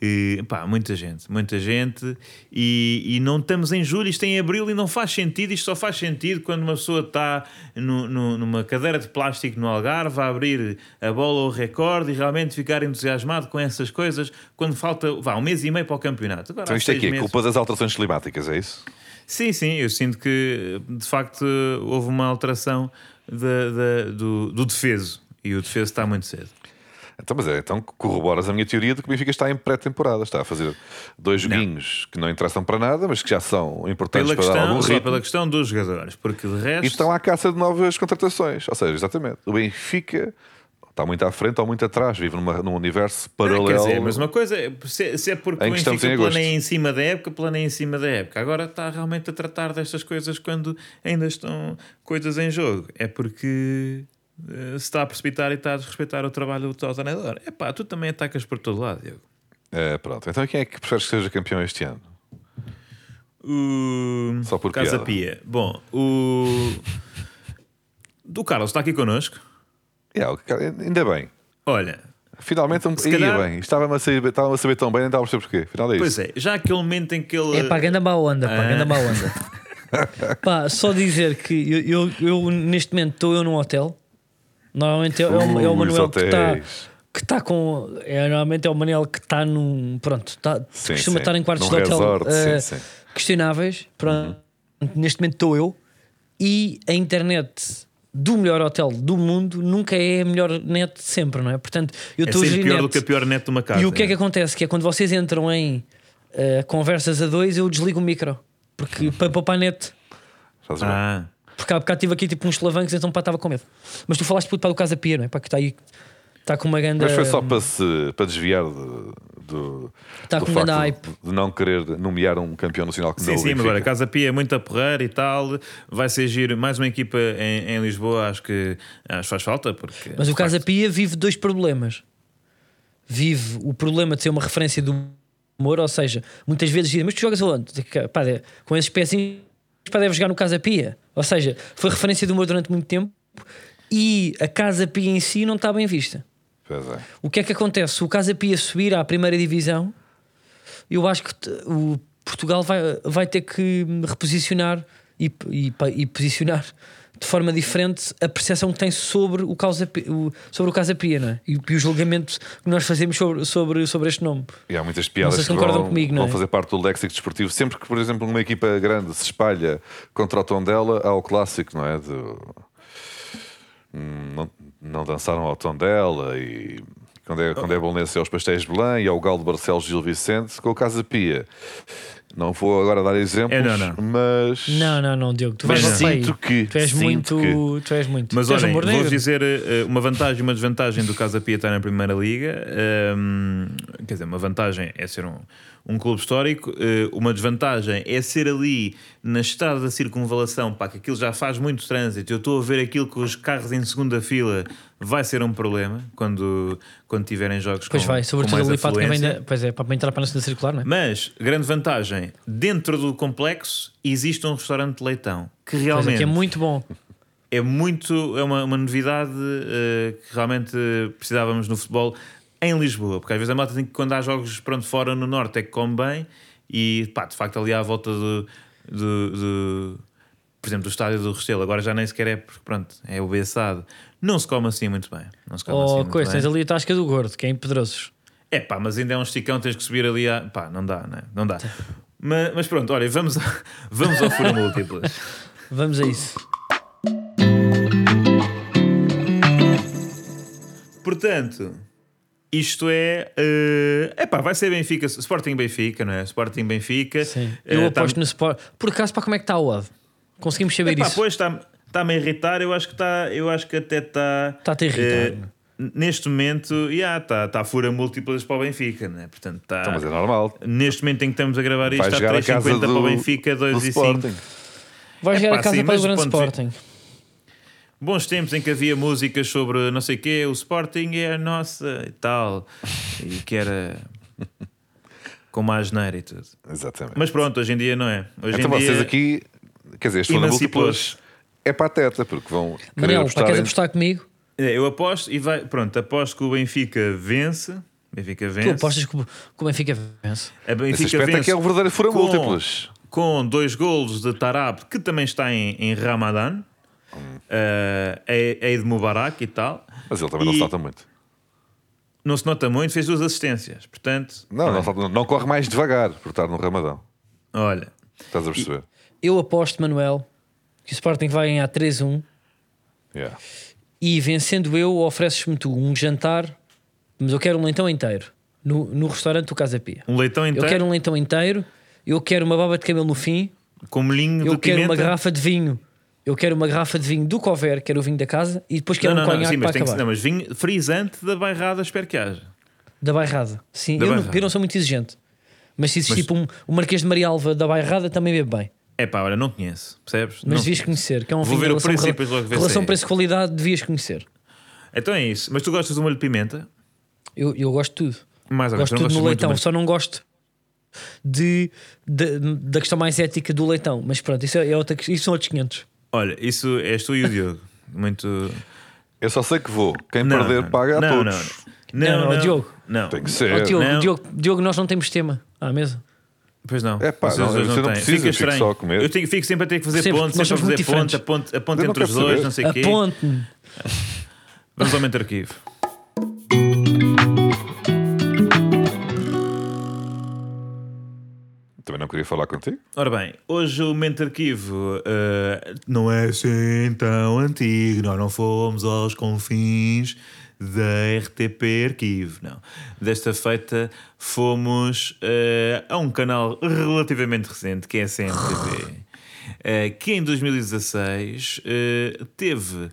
Speaker 3: E, pá, muita gente, muita gente. E, e não estamos em julho, isto é em abril e não faz sentido. Isto só faz sentido quando uma pessoa está no- no- numa cadeira de plástico no Algarve a abrir a bola ou o recorde e realmente ficar entusiasmado com essas coisas quando falta, vá, um mês e meio para o campeonato. Agora,
Speaker 2: Então
Speaker 3: há
Speaker 2: isto é
Speaker 3: seis
Speaker 2: que é
Speaker 3: meses-
Speaker 2: culpa das alterações climáticas, é isso?
Speaker 3: Sim, sim, eu sinto que de facto houve uma alteração da- da- do, do defeso e o defeso está muito cedo.
Speaker 2: Então, mas é, então corroboras a minha teoria de que o Benfica está em pré-temporada, está a fazer dois joguinhos que não interessam para nada, mas que já são importantes
Speaker 3: Pela
Speaker 2: para dar algum
Speaker 3: questão, só
Speaker 2: ritmo. Então,
Speaker 3: pela questão dos jogadores, porque de resto.
Speaker 2: E estão à caça de novas contratações. Ou seja, exatamente. O Benfica está muito à frente ou muito atrás, vive numa- num universo
Speaker 3: Ah,
Speaker 2: paralelo.
Speaker 3: Quer dizer, mas uma coisa, é- se, se é porque
Speaker 2: Em
Speaker 3: o
Speaker 2: que estamos
Speaker 3: Benfica
Speaker 2: em agosto.
Speaker 3: planeia em cima da época, planeia em cima da época. Agora está realmente a tratar destas coisas quando ainda estão coisas em jogo. É porque eh, se está a precipitar e está a desrespeitar o trabalho do teu treinador. É pá, tu também atacas por todo lado, Diego.
Speaker 2: É, pronto. Então quem é que preferes que seja campeão este ano?
Speaker 3: O...
Speaker 2: Só por
Speaker 3: Casa
Speaker 2: piada.
Speaker 3: Pia. Bom, o. Do Carlos está aqui connosco.
Speaker 2: É, o cara- ainda bem.
Speaker 3: Olha,
Speaker 2: Finalmente um
Speaker 3: Se
Speaker 2: ia
Speaker 3: calhar-
Speaker 2: bem. Estava-me a saber, estava a saber tão bem, nem estava a perceber porquê. Afinal é isso.
Speaker 3: pois é, já aquele momento em que ele.
Speaker 1: É pá, ganda má onda, pá,
Speaker 3: Ah.
Speaker 2: É.
Speaker 1: ganda má onda. pá, só dizer que eu, eu, eu, neste momento estou eu num hotel. Normalmente é, é o, é o
Speaker 2: Ui,
Speaker 1: Manuel
Speaker 2: os
Speaker 1: que está
Speaker 2: hotéis.
Speaker 1: que está com. É, normalmente é o Manuel que está num. Pronto, tá,
Speaker 2: Sim,
Speaker 1: costuma
Speaker 2: sim.
Speaker 1: estar em quartos
Speaker 2: Num
Speaker 1: de hotel
Speaker 2: resort,
Speaker 1: eh,
Speaker 2: sim, Uhum. sim.
Speaker 1: questionáveis. Pronto, neste momento estou eu e a internet do melhor hotel do mundo nunca é a melhor net de sempre, não é? Portanto, eu
Speaker 3: É
Speaker 1: estou a
Speaker 3: sempre
Speaker 1: gerir net.
Speaker 3: pior do que a pior net de uma casa.
Speaker 1: E o que é que
Speaker 3: né?
Speaker 1: acontece? Que é quando vocês entram em eh, conversas a dois, eu desligo o micro. Porque para poupar net.
Speaker 2: Faz bem.
Speaker 3: Ah,
Speaker 1: Porque há bocado tive aqui tipo uns solavancos, então pá, estava com medo. Mas tu falaste puto, para o Casa Pia, não é? Para que está aí. Está com uma grande.
Speaker 2: Mas foi só para, se, para desviar do, do,
Speaker 1: Tá
Speaker 2: do
Speaker 1: com
Speaker 2: facto
Speaker 1: grande hype.
Speaker 2: de não querer nomear um campeão nacional que não
Speaker 3: sim,
Speaker 2: o
Speaker 3: sim, mas
Speaker 2: Benfica.
Speaker 3: agora Casa Pia é muito a porrer e tal. Vai ser giro mais uma equipa em, em Lisboa, acho que acho que faz falta. Porque,
Speaker 1: Mas o
Speaker 3: de facto,
Speaker 1: Casa Pia vive dois problemas. Vive o problema de ser uma referência do humor, ou seja, muitas vezes dizem, mas tu jogas onde? Pá, de- com esses pezinhos, pá, deve jogar no Casa Pia. Ou seja, foi referência do humor durante muito tempo e a Casa Pia em si não está bem vista.
Speaker 2: Pois é.
Speaker 1: O que é que acontece? Se o Casa Pia subir à primeira divisão, eu acho que te- o Portugal vai, vai ter que reposicionar e, e, pa- e posicionar de forma diferente a percepção que tem sobre o, causa, Pi- o- sobre o Casa Pia, não é? E, e o julgamento que nós fazemos sobre, sobre, sobre este nome.
Speaker 2: E há muitas piadas
Speaker 1: Vocês
Speaker 2: que
Speaker 1: concordam
Speaker 2: vão,
Speaker 1: comigo, não
Speaker 2: vão
Speaker 1: é?
Speaker 2: fazer parte do léxico desportivo. Sempre que, por exemplo, uma equipa grande se espalha contra o tom dela, há o clássico, não é? Do... Hum, Não, não dançaram ao tom dela e. Quando é, quando é bom lenço é aos pastéis de Belém e ao galo de Barcelos Gil Vicente com o Casa Pia. Não vou agora dar exemplos,
Speaker 3: É, não, não.
Speaker 2: mas.
Speaker 1: Não, não, não, Diogo, tu
Speaker 2: Mas
Speaker 1: vais lá para aí.
Speaker 2: sinto que-
Speaker 1: tu és
Speaker 2: sinto
Speaker 1: muito,
Speaker 2: que-
Speaker 1: tu és muito.
Speaker 3: Mas
Speaker 1: tu és
Speaker 3: olhem,
Speaker 1: um humor
Speaker 3: vou
Speaker 1: negro.
Speaker 3: dizer eh, uma vantagem e uma desvantagem do Casa Pia estar na Primeira Liga. Ehm, quer dizer, uma vantagem é ser um, um clube histórico, eh, uma desvantagem é ser ali na estrada da circunvalação, pá, que aquilo já faz muito trânsito. Eu estou a ver aquilo com os carros em segunda fila, vai ser um problema quando, quando tiverem jogos
Speaker 1: Pois
Speaker 3: com,
Speaker 1: vai,
Speaker 3: com
Speaker 1: sobretudo
Speaker 3: mais
Speaker 1: ali para quem vem
Speaker 3: afluência.
Speaker 1: da- Pois é, para entrar para a nossa circular, não é?
Speaker 3: Mas, grande vantagem, dentro do complexo existe um restaurante de leitão que
Speaker 1: Pois é,
Speaker 3: realmente
Speaker 1: que é muito bom.
Speaker 3: é muito é uma, uma novidade eh, que realmente eh, precisávamos no futebol em Lisboa, porque às vezes a malta tem que quando há jogos pronto fora no norte é que come bem e pá, de facto ali à volta do, do, do- por exemplo do estádio do Restelo, agora já nem sequer é porque pronto, é o Bessado, não se come assim muito bem. Não se come assim
Speaker 1: Ou
Speaker 3: muito
Speaker 1: Oh, coisa,
Speaker 3: bem.
Speaker 1: tens ali a Tasca do Gordo, que é em Pedrosos.
Speaker 3: É pá, mas ainda é um esticão, tens que subir ali a. pá, não dá, né? não dá. Mas, mas pronto, olha, vamos, a- vamos ao furo múltiplas.
Speaker 1: Vamos a isso.
Speaker 3: Portanto, isto é. eh, epá, vai ser Benfica, Sporting Benfica, não é? Sporting Benfica.
Speaker 1: Sim.
Speaker 3: Eh,
Speaker 1: Eu
Speaker 3: tá-
Speaker 1: aposto no Sport. Por acaso, para como é que está o odd? Conseguimos saber
Speaker 3: Epá,
Speaker 1: isso?
Speaker 3: pois está-me a irritar, eu acho que está. Eu acho que até está.
Speaker 1: Está-te a irritar. é?
Speaker 3: neste momento, já está tá fura múltiplas para o Benfica, não é? Portanto, está.
Speaker 2: Então, mas é normal.
Speaker 3: Neste momento em que estamos a gravar isto,
Speaker 2: Vai
Speaker 3: está
Speaker 2: jogar a casa
Speaker 3: 3,50
Speaker 2: do,
Speaker 3: para o Benfica,
Speaker 2: do
Speaker 3: 2 e 5.
Speaker 2: Sporting.
Speaker 1: Vai chegar
Speaker 3: epá,
Speaker 1: a casa
Speaker 3: sim,
Speaker 1: para
Speaker 3: mas
Speaker 1: o
Speaker 3: do
Speaker 1: Grande
Speaker 3: ponto de
Speaker 1: Sporting.
Speaker 3: Bons tempos em que havia músicas sobre não sei o quê, o Sporting é a nossa e tal, e que era com mais asneira e tudo.
Speaker 2: Exatamente.
Speaker 3: Mas pronto, hoje em dia não é. Hoje
Speaker 2: então
Speaker 3: em dia,
Speaker 2: vocês aqui, quer dizer, estão na múltiplas.
Speaker 3: emancipou-se.
Speaker 2: É pateta, porque vão. querer
Speaker 1: Manel, para
Speaker 2: apostar
Speaker 1: queres
Speaker 2: em-
Speaker 1: apostar comigo?
Speaker 3: É, Eu aposto e vai. Pronto, aposto que o Benfica vence. Benfica vence.
Speaker 1: Tu apostas que o- que o Benfica vence.
Speaker 3: A
Speaker 2: Nesse
Speaker 3: Benfica
Speaker 2: aspecto é que é o verdadeiro fura
Speaker 3: com-
Speaker 2: múltiplos.
Speaker 3: Com dois golos de Tarab, que também está em, em Ramadan, eh, é é de Mubarak e tal.
Speaker 2: Mas ele também não
Speaker 3: E-
Speaker 2: salta muito.
Speaker 3: Não se nota muito, fez duas assistências. Portanto,
Speaker 2: Não, não, salta- não corre mais devagar por estar no Ramadão.
Speaker 3: olha,
Speaker 2: Estás a perceber?
Speaker 1: Eu aposto, Manuel, que o Sporting vai ganhar 3-1
Speaker 2: Yeah.
Speaker 1: e vencendo eu, ofereces-me tu um jantar, mas eu quero um leitão inteiro no, no restaurante do Casa Pia.
Speaker 3: um leitão
Speaker 1: Eu
Speaker 3: inteiro
Speaker 1: quero um leitão inteiro, eu quero uma baba de camelo no fim,
Speaker 3: com molhinho
Speaker 1: um- eu
Speaker 3: de
Speaker 1: quero
Speaker 3: pimenta.
Speaker 1: uma garrafa de vinho. Eu quero uma garrafa de vinho do Cover, quero o vinho da casa, e depois
Speaker 3: não,
Speaker 1: quero
Speaker 3: não,
Speaker 1: um
Speaker 3: não,
Speaker 1: conhaque
Speaker 3: sim,
Speaker 1: para
Speaker 3: mas tem que
Speaker 1: acabar.
Speaker 3: ser. Não, mas vinho frisante da bairrada, espero que haja.
Speaker 1: Da bairrada. Sim,
Speaker 3: Da
Speaker 1: eu, Não,
Speaker 3: Bairrada.
Speaker 1: eu não sou muito exigente. Mas se existir
Speaker 3: Mas-
Speaker 1: tipo um, o Marquês de Maria Alva da bairrada, também bebe bem.
Speaker 3: É pá, olha, não conheço, percebes?
Speaker 1: Mas
Speaker 3: não
Speaker 1: devias conhecer, que é um
Speaker 3: Vou
Speaker 1: vinho
Speaker 3: ver
Speaker 1: de
Speaker 3: o
Speaker 1: relação-
Speaker 3: preço e depois logo ver se
Speaker 1: Relação
Speaker 3: é.
Speaker 1: preço-qualidade, devias conhecer.
Speaker 3: Então é isso. Mas tu gostas do molho de pimenta?
Speaker 1: Eu, eu gosto de tudo.
Speaker 3: Mais ou menos.
Speaker 1: gosto
Speaker 3: não
Speaker 1: tudo
Speaker 3: gostas
Speaker 1: no
Speaker 3: muito,
Speaker 1: leitão,
Speaker 3: mas-
Speaker 1: só não gosto de, de- da questão mais ética do leitão. Mas pronto, isso, é outra, que- isso são outros 500.
Speaker 3: Olha, isso és tu e o Diogo. Muito.
Speaker 2: Eu só sei que vou. Quem
Speaker 3: Não,
Speaker 2: perder
Speaker 3: não,
Speaker 2: paga a
Speaker 3: não,
Speaker 2: todos.
Speaker 3: Não, não,
Speaker 1: Não,
Speaker 3: não,
Speaker 1: não, Diogo.
Speaker 3: Não.
Speaker 2: Tem que
Speaker 1: Ó,
Speaker 2: ser.
Speaker 1: Oh, Diogo,
Speaker 3: É, não.
Speaker 1: Diogo, Diogo, nós não temos tema à mesa.
Speaker 3: Pois não.
Speaker 2: É pá,
Speaker 3: Vocês
Speaker 2: não,
Speaker 3: dois
Speaker 2: você não
Speaker 3: têm.
Speaker 2: precisa,
Speaker 3: Fica
Speaker 2: eu fico
Speaker 3: estranho.
Speaker 2: só a comer.
Speaker 3: Eu tenho, fico sempre a ter que fazer
Speaker 1: Sempre,
Speaker 3: ponte,
Speaker 1: nós
Speaker 3: sempre a
Speaker 1: somos muito
Speaker 3: fazer ponte,
Speaker 1: diferentes.
Speaker 3: a ponte, a ponte
Speaker 2: Eu não
Speaker 3: entre os
Speaker 2: quero
Speaker 3: dois,
Speaker 2: saber.
Speaker 3: não sei o quê.
Speaker 1: Aponte-me.
Speaker 3: Vamos ao momento arquivo.
Speaker 2: Também não queria falar contigo.
Speaker 3: Ora bem, hoje o Mente Arquivo eh, não é assim tão antigo, nós não fomos aos confins da RTP Arquivo, não. Desta feita fomos eh, a um canal relativamente recente, que é a CMTV, eh, que em 2016 eh, teve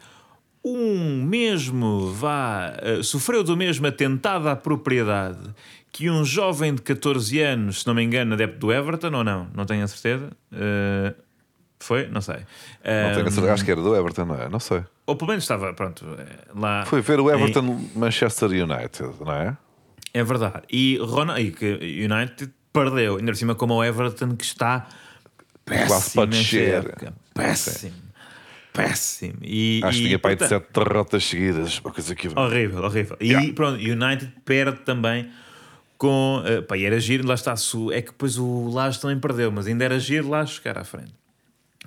Speaker 3: um mesmo, vá, eh, sofreu do mesmo atentado à propriedade que um jovem de 14 anos, se não me engano, adepto do Everton ou não, não tenho a certeza. Eh, foi? Não sei.
Speaker 2: Não
Speaker 3: Eh,
Speaker 2: tenho a certeza. Acho que era do Everton, não é? Não sei.
Speaker 3: Ou pelo menos estava, pronto, eh, lá.
Speaker 2: Foi ver o Everton Manchester United, não é?
Speaker 3: É, é verdade. E Ronald, e que United perdeu, ainda por cima, como o Everton que está péssimo.
Speaker 2: Quase para
Speaker 3: nesta
Speaker 2: descer.
Speaker 3: época. Péssimo. Péssimo. E,
Speaker 2: Acho que
Speaker 3: e,
Speaker 2: tinha pai de
Speaker 3: portanto,
Speaker 2: sete derrotas seguidas. Uma coisa que...
Speaker 3: Horrível, horrível. E
Speaker 2: Yeah.
Speaker 3: pronto, United perde também com. eh, pá, e era giro, lá está. se o- É que depois o Lages também perdeu, mas ainda era giro lá chegar à frente.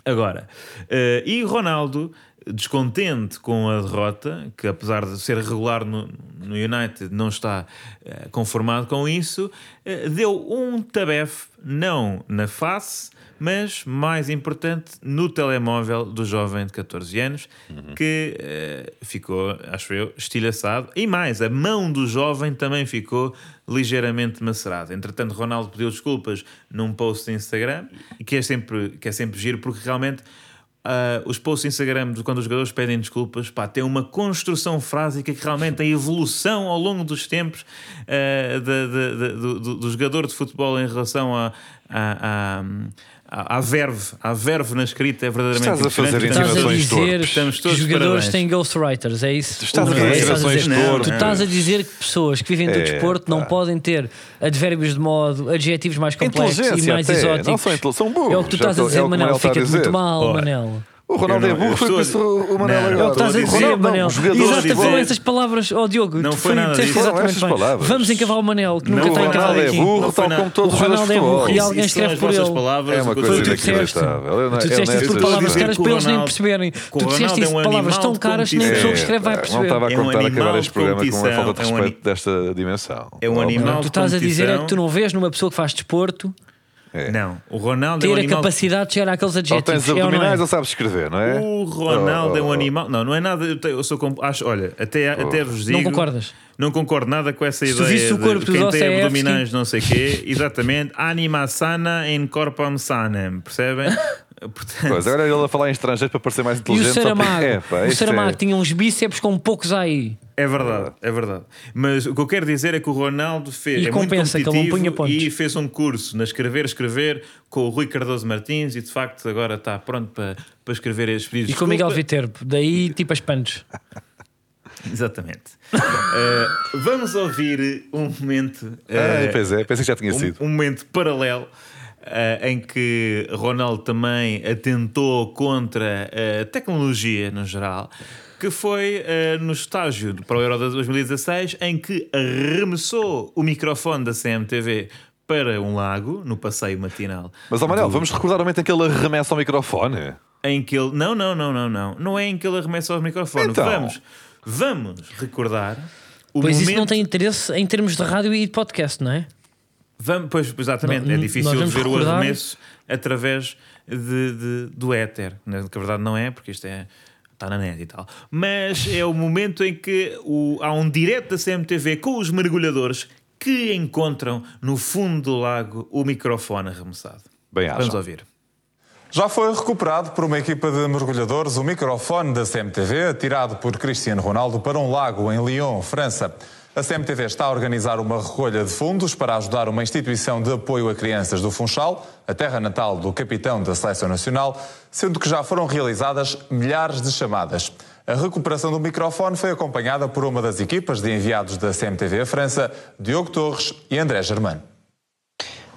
Speaker 3: Agora, eh, e Ronaldo, descontente com a derrota, que apesar de ser regular no, no United, não está eh, conformado com isso, eh, deu um tabefe, não na face, mas mais importante, no telemóvel do jovem de 14 anos, que eh, ficou, acho eu, estilhaçado. E mais, a mão do jovem também ficou ligeiramente macerada. Entretanto, Ronaldo pediu desculpas num post no Instagram, e que é sempre, que é sempre giro, porque realmente ah, os posts no Instagram, de quando os jogadores pedem desculpas, pá, tem uma construção frásica que realmente a evolução ao longo dos tempos ah, da- da- da- do, do- do jogador de futebol em relação à à- à- à verve, à verve na escrita é verdadeiramente
Speaker 2: Estás a
Speaker 3: impressionante. Então,
Speaker 2: fazer
Speaker 3: Portanto,
Speaker 1: Estás a
Speaker 2: Insinuações
Speaker 1: dizer
Speaker 2: torpes.
Speaker 3: Estamos
Speaker 1: que
Speaker 3: todos
Speaker 1: os jogadores
Speaker 3: parabéns.
Speaker 1: têm ghostwriters, é isso?
Speaker 2: estás a
Speaker 1: Não, é
Speaker 2: fazer
Speaker 1: isso que estás a dizer.
Speaker 2: insinuações
Speaker 3: dizer- Não,
Speaker 1: Tu
Speaker 2: torpes.
Speaker 1: estás a dizer que pessoas que vivem do
Speaker 2: É,
Speaker 1: desporto não
Speaker 2: pá.
Speaker 1: podem ter adverbios de modo, adjetivos mais complexos e
Speaker 2: Inteligência
Speaker 1: mais
Speaker 2: até.
Speaker 1: exóticos.
Speaker 2: Não são intele- são burros.
Speaker 1: É o que tu
Speaker 2: Já
Speaker 1: estás a
Speaker 2: tô- é
Speaker 1: dizer,
Speaker 2: o que o Manel
Speaker 1: Manel.
Speaker 2: está a
Speaker 1: Fica-te muito
Speaker 2: dizer.
Speaker 1: mal,
Speaker 3: Ora.
Speaker 1: Manel.
Speaker 2: O Ronaldo é
Speaker 3: Eu não- eu
Speaker 2: burro, foi por isso
Speaker 3: estou-
Speaker 2: o Manel
Speaker 3: Não,
Speaker 2: agora.
Speaker 1: É o que estás a
Speaker 3: Estou a
Speaker 1: dizer,
Speaker 3: dizer,
Speaker 2: Ronaldo, não,
Speaker 1: Manel.
Speaker 2: os jogadores
Speaker 1: Exato,
Speaker 2: dizem-
Speaker 1: foram essas palavras. Oh, Diogo,
Speaker 3: Não
Speaker 1: tu
Speaker 3: foi nada
Speaker 1: disseste
Speaker 3: disso.
Speaker 1: exatamente
Speaker 2: Foram essas
Speaker 1: bem.
Speaker 2: palavras.
Speaker 1: Vamos encavar o Manel, que
Speaker 3: Não,
Speaker 1: nunca
Speaker 2: O
Speaker 1: está
Speaker 3: Ronaldo
Speaker 1: encavado
Speaker 2: Ronaldo é
Speaker 1: aqui.
Speaker 2: burro,
Speaker 3: Não foi
Speaker 2: tal
Speaker 3: nada.
Speaker 2: como todos
Speaker 1: O
Speaker 2: os jogadores
Speaker 1: Ronaldo
Speaker 2: de
Speaker 1: é burro
Speaker 2: futebol.
Speaker 1: e alguém
Speaker 3: Isso são
Speaker 1: escreve
Speaker 3: as
Speaker 1: por
Speaker 3: vossas
Speaker 1: ele.
Speaker 3: palavras,
Speaker 2: É uma
Speaker 3: o que eu
Speaker 2: coisa
Speaker 3: estou a
Speaker 1: Tu
Speaker 3: dizer.
Speaker 1: disseste,
Speaker 2: inacreditável. Eu não-
Speaker 1: tu
Speaker 2: é eu
Speaker 1: disseste
Speaker 2: não-
Speaker 1: isso por
Speaker 2: eu-
Speaker 1: palavras
Speaker 2: eu-
Speaker 1: caras
Speaker 3: que o
Speaker 1: para eles nem
Speaker 3: Ronaldo-
Speaker 1: perceberem.
Speaker 3: que
Speaker 1: Tu
Speaker 3: o
Speaker 1: disseste isso
Speaker 3: Ronaldo é um
Speaker 1: por palavras
Speaker 3: animal
Speaker 1: tão
Speaker 3: de
Speaker 1: caras que nem a pessoa
Speaker 3: competição.
Speaker 1: que
Speaker 2: É,
Speaker 1: escreve vai
Speaker 2: pá, Não estava
Speaker 1: perceber.
Speaker 2: a
Speaker 3: É um
Speaker 2: contar acabar
Speaker 3: animal de
Speaker 2: este programa com uma
Speaker 3: competição,
Speaker 2: falta de
Speaker 3: é um ani-
Speaker 2: respeito desta dimensão.
Speaker 3: É um animal
Speaker 1: Tu estás a dizer é que tu não vês numa pessoa que faz desporto
Speaker 3: Não, o Ronaldo é um
Speaker 1: ter a
Speaker 3: animal
Speaker 1: capacidade de chegar àqueles
Speaker 2: Ou
Speaker 1: adjetivos.
Speaker 2: tens
Speaker 1: é ou não é?
Speaker 2: abdominais ou sabes escrever, não é?
Speaker 3: um O Ronaldo é
Speaker 2: Oh,
Speaker 3: um
Speaker 2: oh,
Speaker 3: animal. Não, não é nada. Eu, te- eu sou. comp- Acho, olha, até, até vos digo.
Speaker 1: Não concordas?
Speaker 3: Não concordo nada com essa
Speaker 1: Se tu
Speaker 3: ideia.
Speaker 1: visse o
Speaker 3: de
Speaker 1: corpo do
Speaker 3: quem tem
Speaker 1: Dostoiévski-
Speaker 3: abdominais, não sei quê. Exatamente. Anima sana in corpum sanem. Percebem? Portanto,
Speaker 2: oh, Pois, agora ele a falar em estrangeiro para parecer mais
Speaker 1: E o
Speaker 2: inteligente. só
Speaker 1: Saramago?
Speaker 2: porque- É, pá,
Speaker 1: o
Speaker 2: isto é-
Speaker 1: Saramago tinha uns bíceps com poucos aí.
Speaker 3: É verdade, é verdade. Mas o que eu quero dizer é que o Ronaldo fez.
Speaker 1: E
Speaker 3: é
Speaker 1: compensa,
Speaker 3: muito
Speaker 1: que ele não
Speaker 3: competitivo
Speaker 1: punha pontos.
Speaker 3: E fez um curso na Escrever, Escrever com o Rui Cardoso Martins e de facto agora está pronto para, para escrever estes pedidos.
Speaker 1: E com o Miguel Viterbo. Daí, tipo, as panos.
Speaker 3: Exatamente. Eh, vamos ouvir um momento.
Speaker 2: Ah,
Speaker 3: eh,
Speaker 2: pois é, pensei que já tinha
Speaker 3: um-
Speaker 2: sido.
Speaker 3: Um, momento paralelo ah, em que Ronaldo também atentou contra a tecnologia no geral, que foi eh, no estágio do- para o Euro de 2016 em que arremessou o microfone da CMTV para um lago, no passeio matinal.
Speaker 2: Mas, ó Manel,
Speaker 3: do-
Speaker 2: vamos recordar o momento em que ele arremessa o microfone.
Speaker 3: Em que ele. Não, não, não, não, não. Não é em que ele arremessa o microfone.
Speaker 2: Então.
Speaker 3: Vamos, vamos recordar. O
Speaker 1: Pois
Speaker 3: momento...
Speaker 1: isso não tem interesse em termos de rádio e de podcast, não é?
Speaker 3: Vamos, pois, exatamente,
Speaker 1: Não-
Speaker 3: é
Speaker 1: n- nós
Speaker 3: difícil de
Speaker 1: vamos
Speaker 3: ver o
Speaker 1: recordar-
Speaker 3: arremesso através de, de- do éter, na que a verdade não é, porque isto é. Está na net e tal. Mas é o momento em que o- há um direto da CMTV com os mergulhadores que encontram no fundo do lago o microfone arremessado.
Speaker 2: Bem,
Speaker 3: Vamos
Speaker 2: acham.
Speaker 3: ouvir.
Speaker 4: Já foi recuperado por uma equipa de mergulhadores o microfone da CMTV, atirado por Cristiano Ronaldo para um lago em Lyon, França. A CMTV está a organizar uma recolha de fundos para ajudar uma instituição de apoio a crianças do Funchal, a terra natal do capitão da Seleção Nacional, sendo que já foram realizadas milhares de chamadas. A recuperação do microfone foi acompanhada por uma das equipas de enviados da CMTV França, Diogo Torres e André Germano.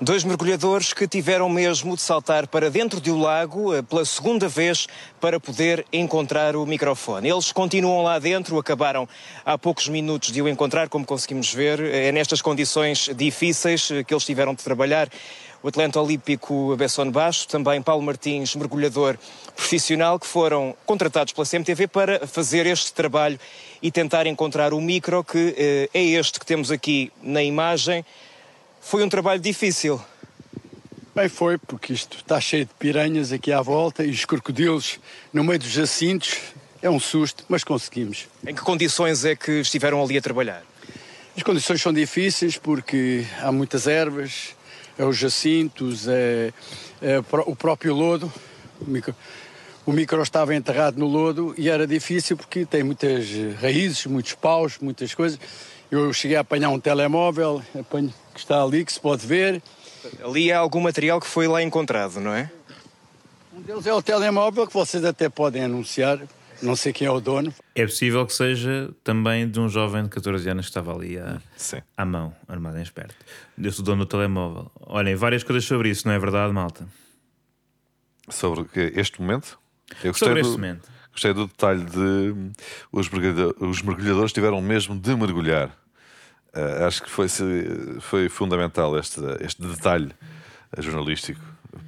Speaker 5: Dois mergulhadores que tiveram mesmo de saltar para dentro do lago eh, pela segunda vez para poder encontrar o microfone. Eles continuam lá dentro, acabaram há poucos minutos de o encontrar, como conseguimos ver. É nestas condições difíceis eh, que eles tiveram de trabalhar. O atleta olímpico Besson Baixo, também Paulo Martins, mergulhador profissional, que foram contratados pela CMTV para fazer este trabalho e tentar encontrar o micro, que eh, é este que temos aqui na imagem. Foi um trabalho difícil.
Speaker 6: Bem, foi, porque isto está cheio de piranhas aqui à volta e os crocodilos no meio dos jacintos. É um susto, mas conseguimos.
Speaker 5: Em que condições é que estiveram ali a trabalhar?
Speaker 6: As condições são difíceis porque há muitas ervas, é os jacintos, é, é pró- o próprio lodo. O micro, o micro estava enterrado no lodo e era difícil porque tem muitas eh, raízes, muitos paus, muitas coisas. Eu cheguei a apanhar um telemóvel, apanho, que está ali, que se pode ver.
Speaker 5: Ali há algum material que foi lá encontrado, não é?
Speaker 6: Um deles é o telemóvel que vocês até podem anunciar, não sei quem é o dono.
Speaker 3: É possível que seja também de um jovem de 14 anos que estava ali a,
Speaker 2: Sim.
Speaker 3: à mão, armado em esperto. Eu sou dono do telemóvel. Olhem, várias coisas sobre isso, não é verdade, malta?
Speaker 2: Sobre que- este momento? Eu gostei
Speaker 3: Sobre
Speaker 2: do-
Speaker 3: este momento.
Speaker 2: Gostei do detalhe de hum, os, mergulhador- os mergulhadores tiveram mesmo de mergulhar. Ah, acho que foi, se- foi fundamental este, este detalhe eh, jornalístico.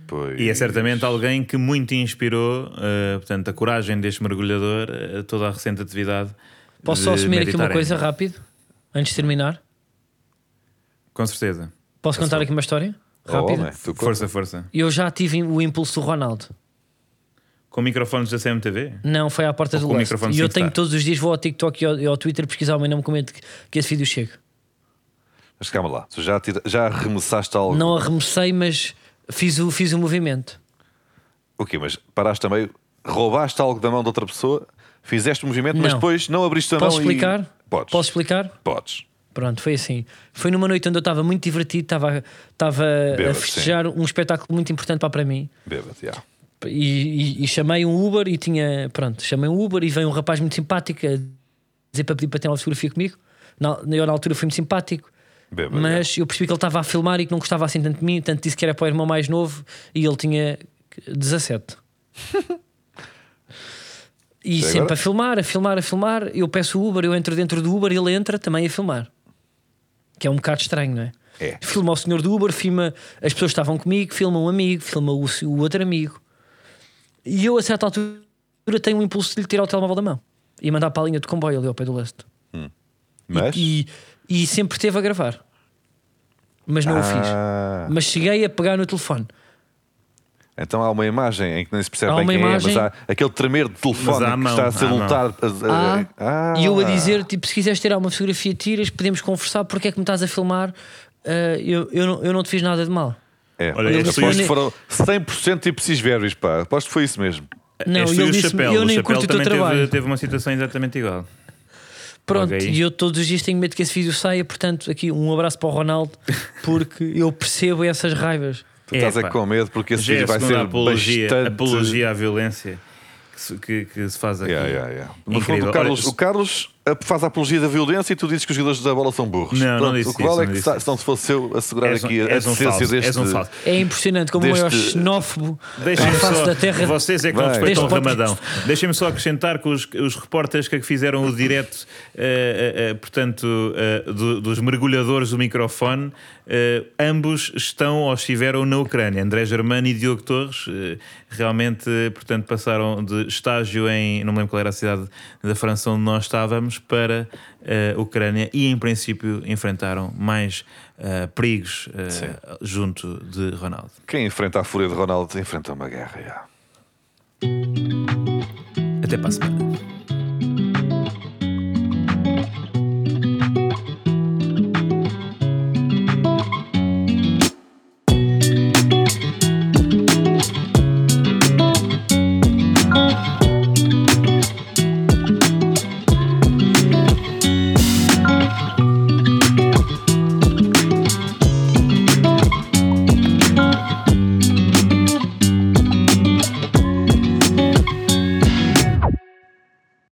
Speaker 2: Pois...
Speaker 3: E é certamente alguém que muito inspirou, eh, portanto, a coragem deste mergulhador, eh, toda a recente atividade.
Speaker 1: Posso
Speaker 3: de
Speaker 1: só assumir aqui uma
Speaker 3: meditarem.
Speaker 1: coisa rápido, antes de terminar?
Speaker 3: Com certeza.
Speaker 1: Posso contar aqui uma história?
Speaker 2: Então Oh,
Speaker 1: Rápido.
Speaker 2: homem, tu
Speaker 3: Força, força.
Speaker 1: Eu já tive o impulso do Ronaldo.
Speaker 3: Com microfones da CMTV?
Speaker 1: Não, foi à porta
Speaker 3: Ou
Speaker 1: do
Speaker 3: com o
Speaker 1: Leste.
Speaker 3: microfone
Speaker 1: E eu
Speaker 3: sem
Speaker 1: tenho
Speaker 3: estar.
Speaker 1: todos os dias, vou ao TikTok e ao, e ao Twitter pesquisar o meu nome, comento que, que esse vídeo chega.
Speaker 2: Mas calma lá, tu já, tira- já arremessaste algo.
Speaker 1: Não arremessei, mas fiz o, fiz o movimento.
Speaker 2: O quê? Mas paraste também, roubaste algo da mão de outra pessoa, fizeste o movimento, mas
Speaker 1: Não.
Speaker 2: depois não abriste a
Speaker 1: Posso
Speaker 2: mão. Tá e-
Speaker 1: explicar?
Speaker 2: Podes.
Speaker 1: Posso explicar?
Speaker 2: Podes.
Speaker 1: Pronto, foi assim. Foi numa noite onde eu estava muito divertido, estava, estava a
Speaker 2: Bêbado,
Speaker 1: festejar um espetáculo muito importante para, para mim.
Speaker 2: Bêbado, já.
Speaker 1: E, e- e chamei um Uber e tinha. Pronto, chamei um Uber e veio um rapaz muito simpático a dizer para pedir para ter uma fotografia comigo. Na, eu, na altura, fui muito simpático.
Speaker 2: Bêbado,
Speaker 1: Mas eu percebi que ele estava a filmar e que não gostava assim tanto de mim, tanto disse que era para o irmão mais novo e ele tinha 17. E
Speaker 2: agora?
Speaker 1: sempre a filmar, a filmar, a filmar. Eu peço o Uber, eu entro dentro do Uber e ele entra também a filmar. Que é um bocado estranho, não é?
Speaker 2: É.
Speaker 1: Filma o senhor do Uber, filma as pessoas que estavam comigo, filma um amigo, filma o, o outro amigo. E eu, a certa altura, tenho um impulso de lhe tirar o telemóvel da mão e mandar para a linha de comboio ali ao pé do leste.
Speaker 2: Mas.
Speaker 1: E, e sempre esteve a gravar. Mas não o fiz.
Speaker 2: Ah,
Speaker 1: Mas cheguei a pegar no telefone.
Speaker 2: Então há uma imagem em que nem se percebe
Speaker 1: Há
Speaker 2: bem
Speaker 1: uma
Speaker 2: quem é,
Speaker 1: imagem-
Speaker 2: mas há aquele tremer de telefone
Speaker 3: Mas há a
Speaker 2: que
Speaker 3: mão,
Speaker 2: está a ser
Speaker 3: há a mão.
Speaker 2: lutado. Ah, ah,
Speaker 1: E eu a dizer: tipo, se quiseres tirar uma fotografia, tiras, podemos conversar, porque é que me estás a filmar? Ah, eu, eu, não, eu não te fiz nada de mal.
Speaker 2: É,
Speaker 3: Olha,
Speaker 2: eu
Speaker 3: este
Speaker 2: aposto que
Speaker 1: foi-
Speaker 2: foram 100% tipo cisverbis, pá. Aposto que foi isso mesmo.
Speaker 1: Não,
Speaker 3: É, este
Speaker 1: e
Speaker 3: foi
Speaker 1: ele
Speaker 3: o
Speaker 1: disse-me,
Speaker 3: chapéu.
Speaker 1: eu
Speaker 3: o
Speaker 1: nem
Speaker 3: chapéu
Speaker 1: curto o teu
Speaker 3: também
Speaker 1: trabalho.
Speaker 3: teve, teve uma situação exatamente igual.
Speaker 1: Pronto,
Speaker 3: Ok.
Speaker 1: e eu todos os dias tenho medo que esse vídeo saia, portanto, aqui um abraço para o Ronaldo, porque eu percebo essas raivas.
Speaker 2: Tu estás é
Speaker 3: Epá.
Speaker 2: com medo porque esse
Speaker 3: Já é
Speaker 2: vídeo
Speaker 3: a
Speaker 2: vai ser
Speaker 3: segunda apologia,
Speaker 2: bastante...
Speaker 3: apologia à violência que se, que- que se faz aqui.
Speaker 2: Yeah, yeah, yeah. No
Speaker 3: Incrível.
Speaker 2: fundo, o Carlos,
Speaker 3: Olha,
Speaker 2: o Carlos eh, faz a apologia da violência e tu dizes que os jogadores da bola são burros.
Speaker 3: Não, não disse
Speaker 2: o que vale
Speaker 3: isso,
Speaker 2: é
Speaker 3: não
Speaker 2: que
Speaker 3: disse
Speaker 2: sa-
Speaker 3: isso.
Speaker 2: se não se fosse eu assegurar
Speaker 3: És um-
Speaker 2: aqui a
Speaker 3: és um
Speaker 2: essência
Speaker 3: falso,
Speaker 2: deste.
Speaker 3: és um falso.
Speaker 1: É impressionante como o maior
Speaker 2: Deste-
Speaker 1: xenófobo à
Speaker 3: Deixem-me
Speaker 1: é face
Speaker 3: só,
Speaker 1: da terra.
Speaker 3: vocês é que não
Speaker 2: Vai.
Speaker 3: respeitam o
Speaker 1: Deste
Speaker 3: Ramadão. Deixem-me só acrescentar que os, os repórteres que fizeram o direto, eh, eh, eh, portanto, eh, do- dos mergulhadores do microfone, eh, ambos estão ou estiveram na Ucrânia. André Germano e Diogo Torres eh, realmente, eh, portanto, passaram de estágio em, não me lembro qual era a cidade da França onde nós estávamos, para eh, a Ucrânia e, em princípio, enfrentaram mais eh, perigos eh, junto de Ronaldo.
Speaker 2: Quem enfrenta a fúria de Ronaldo enfrenta uma guerra. já.
Speaker 3: Até para a semana.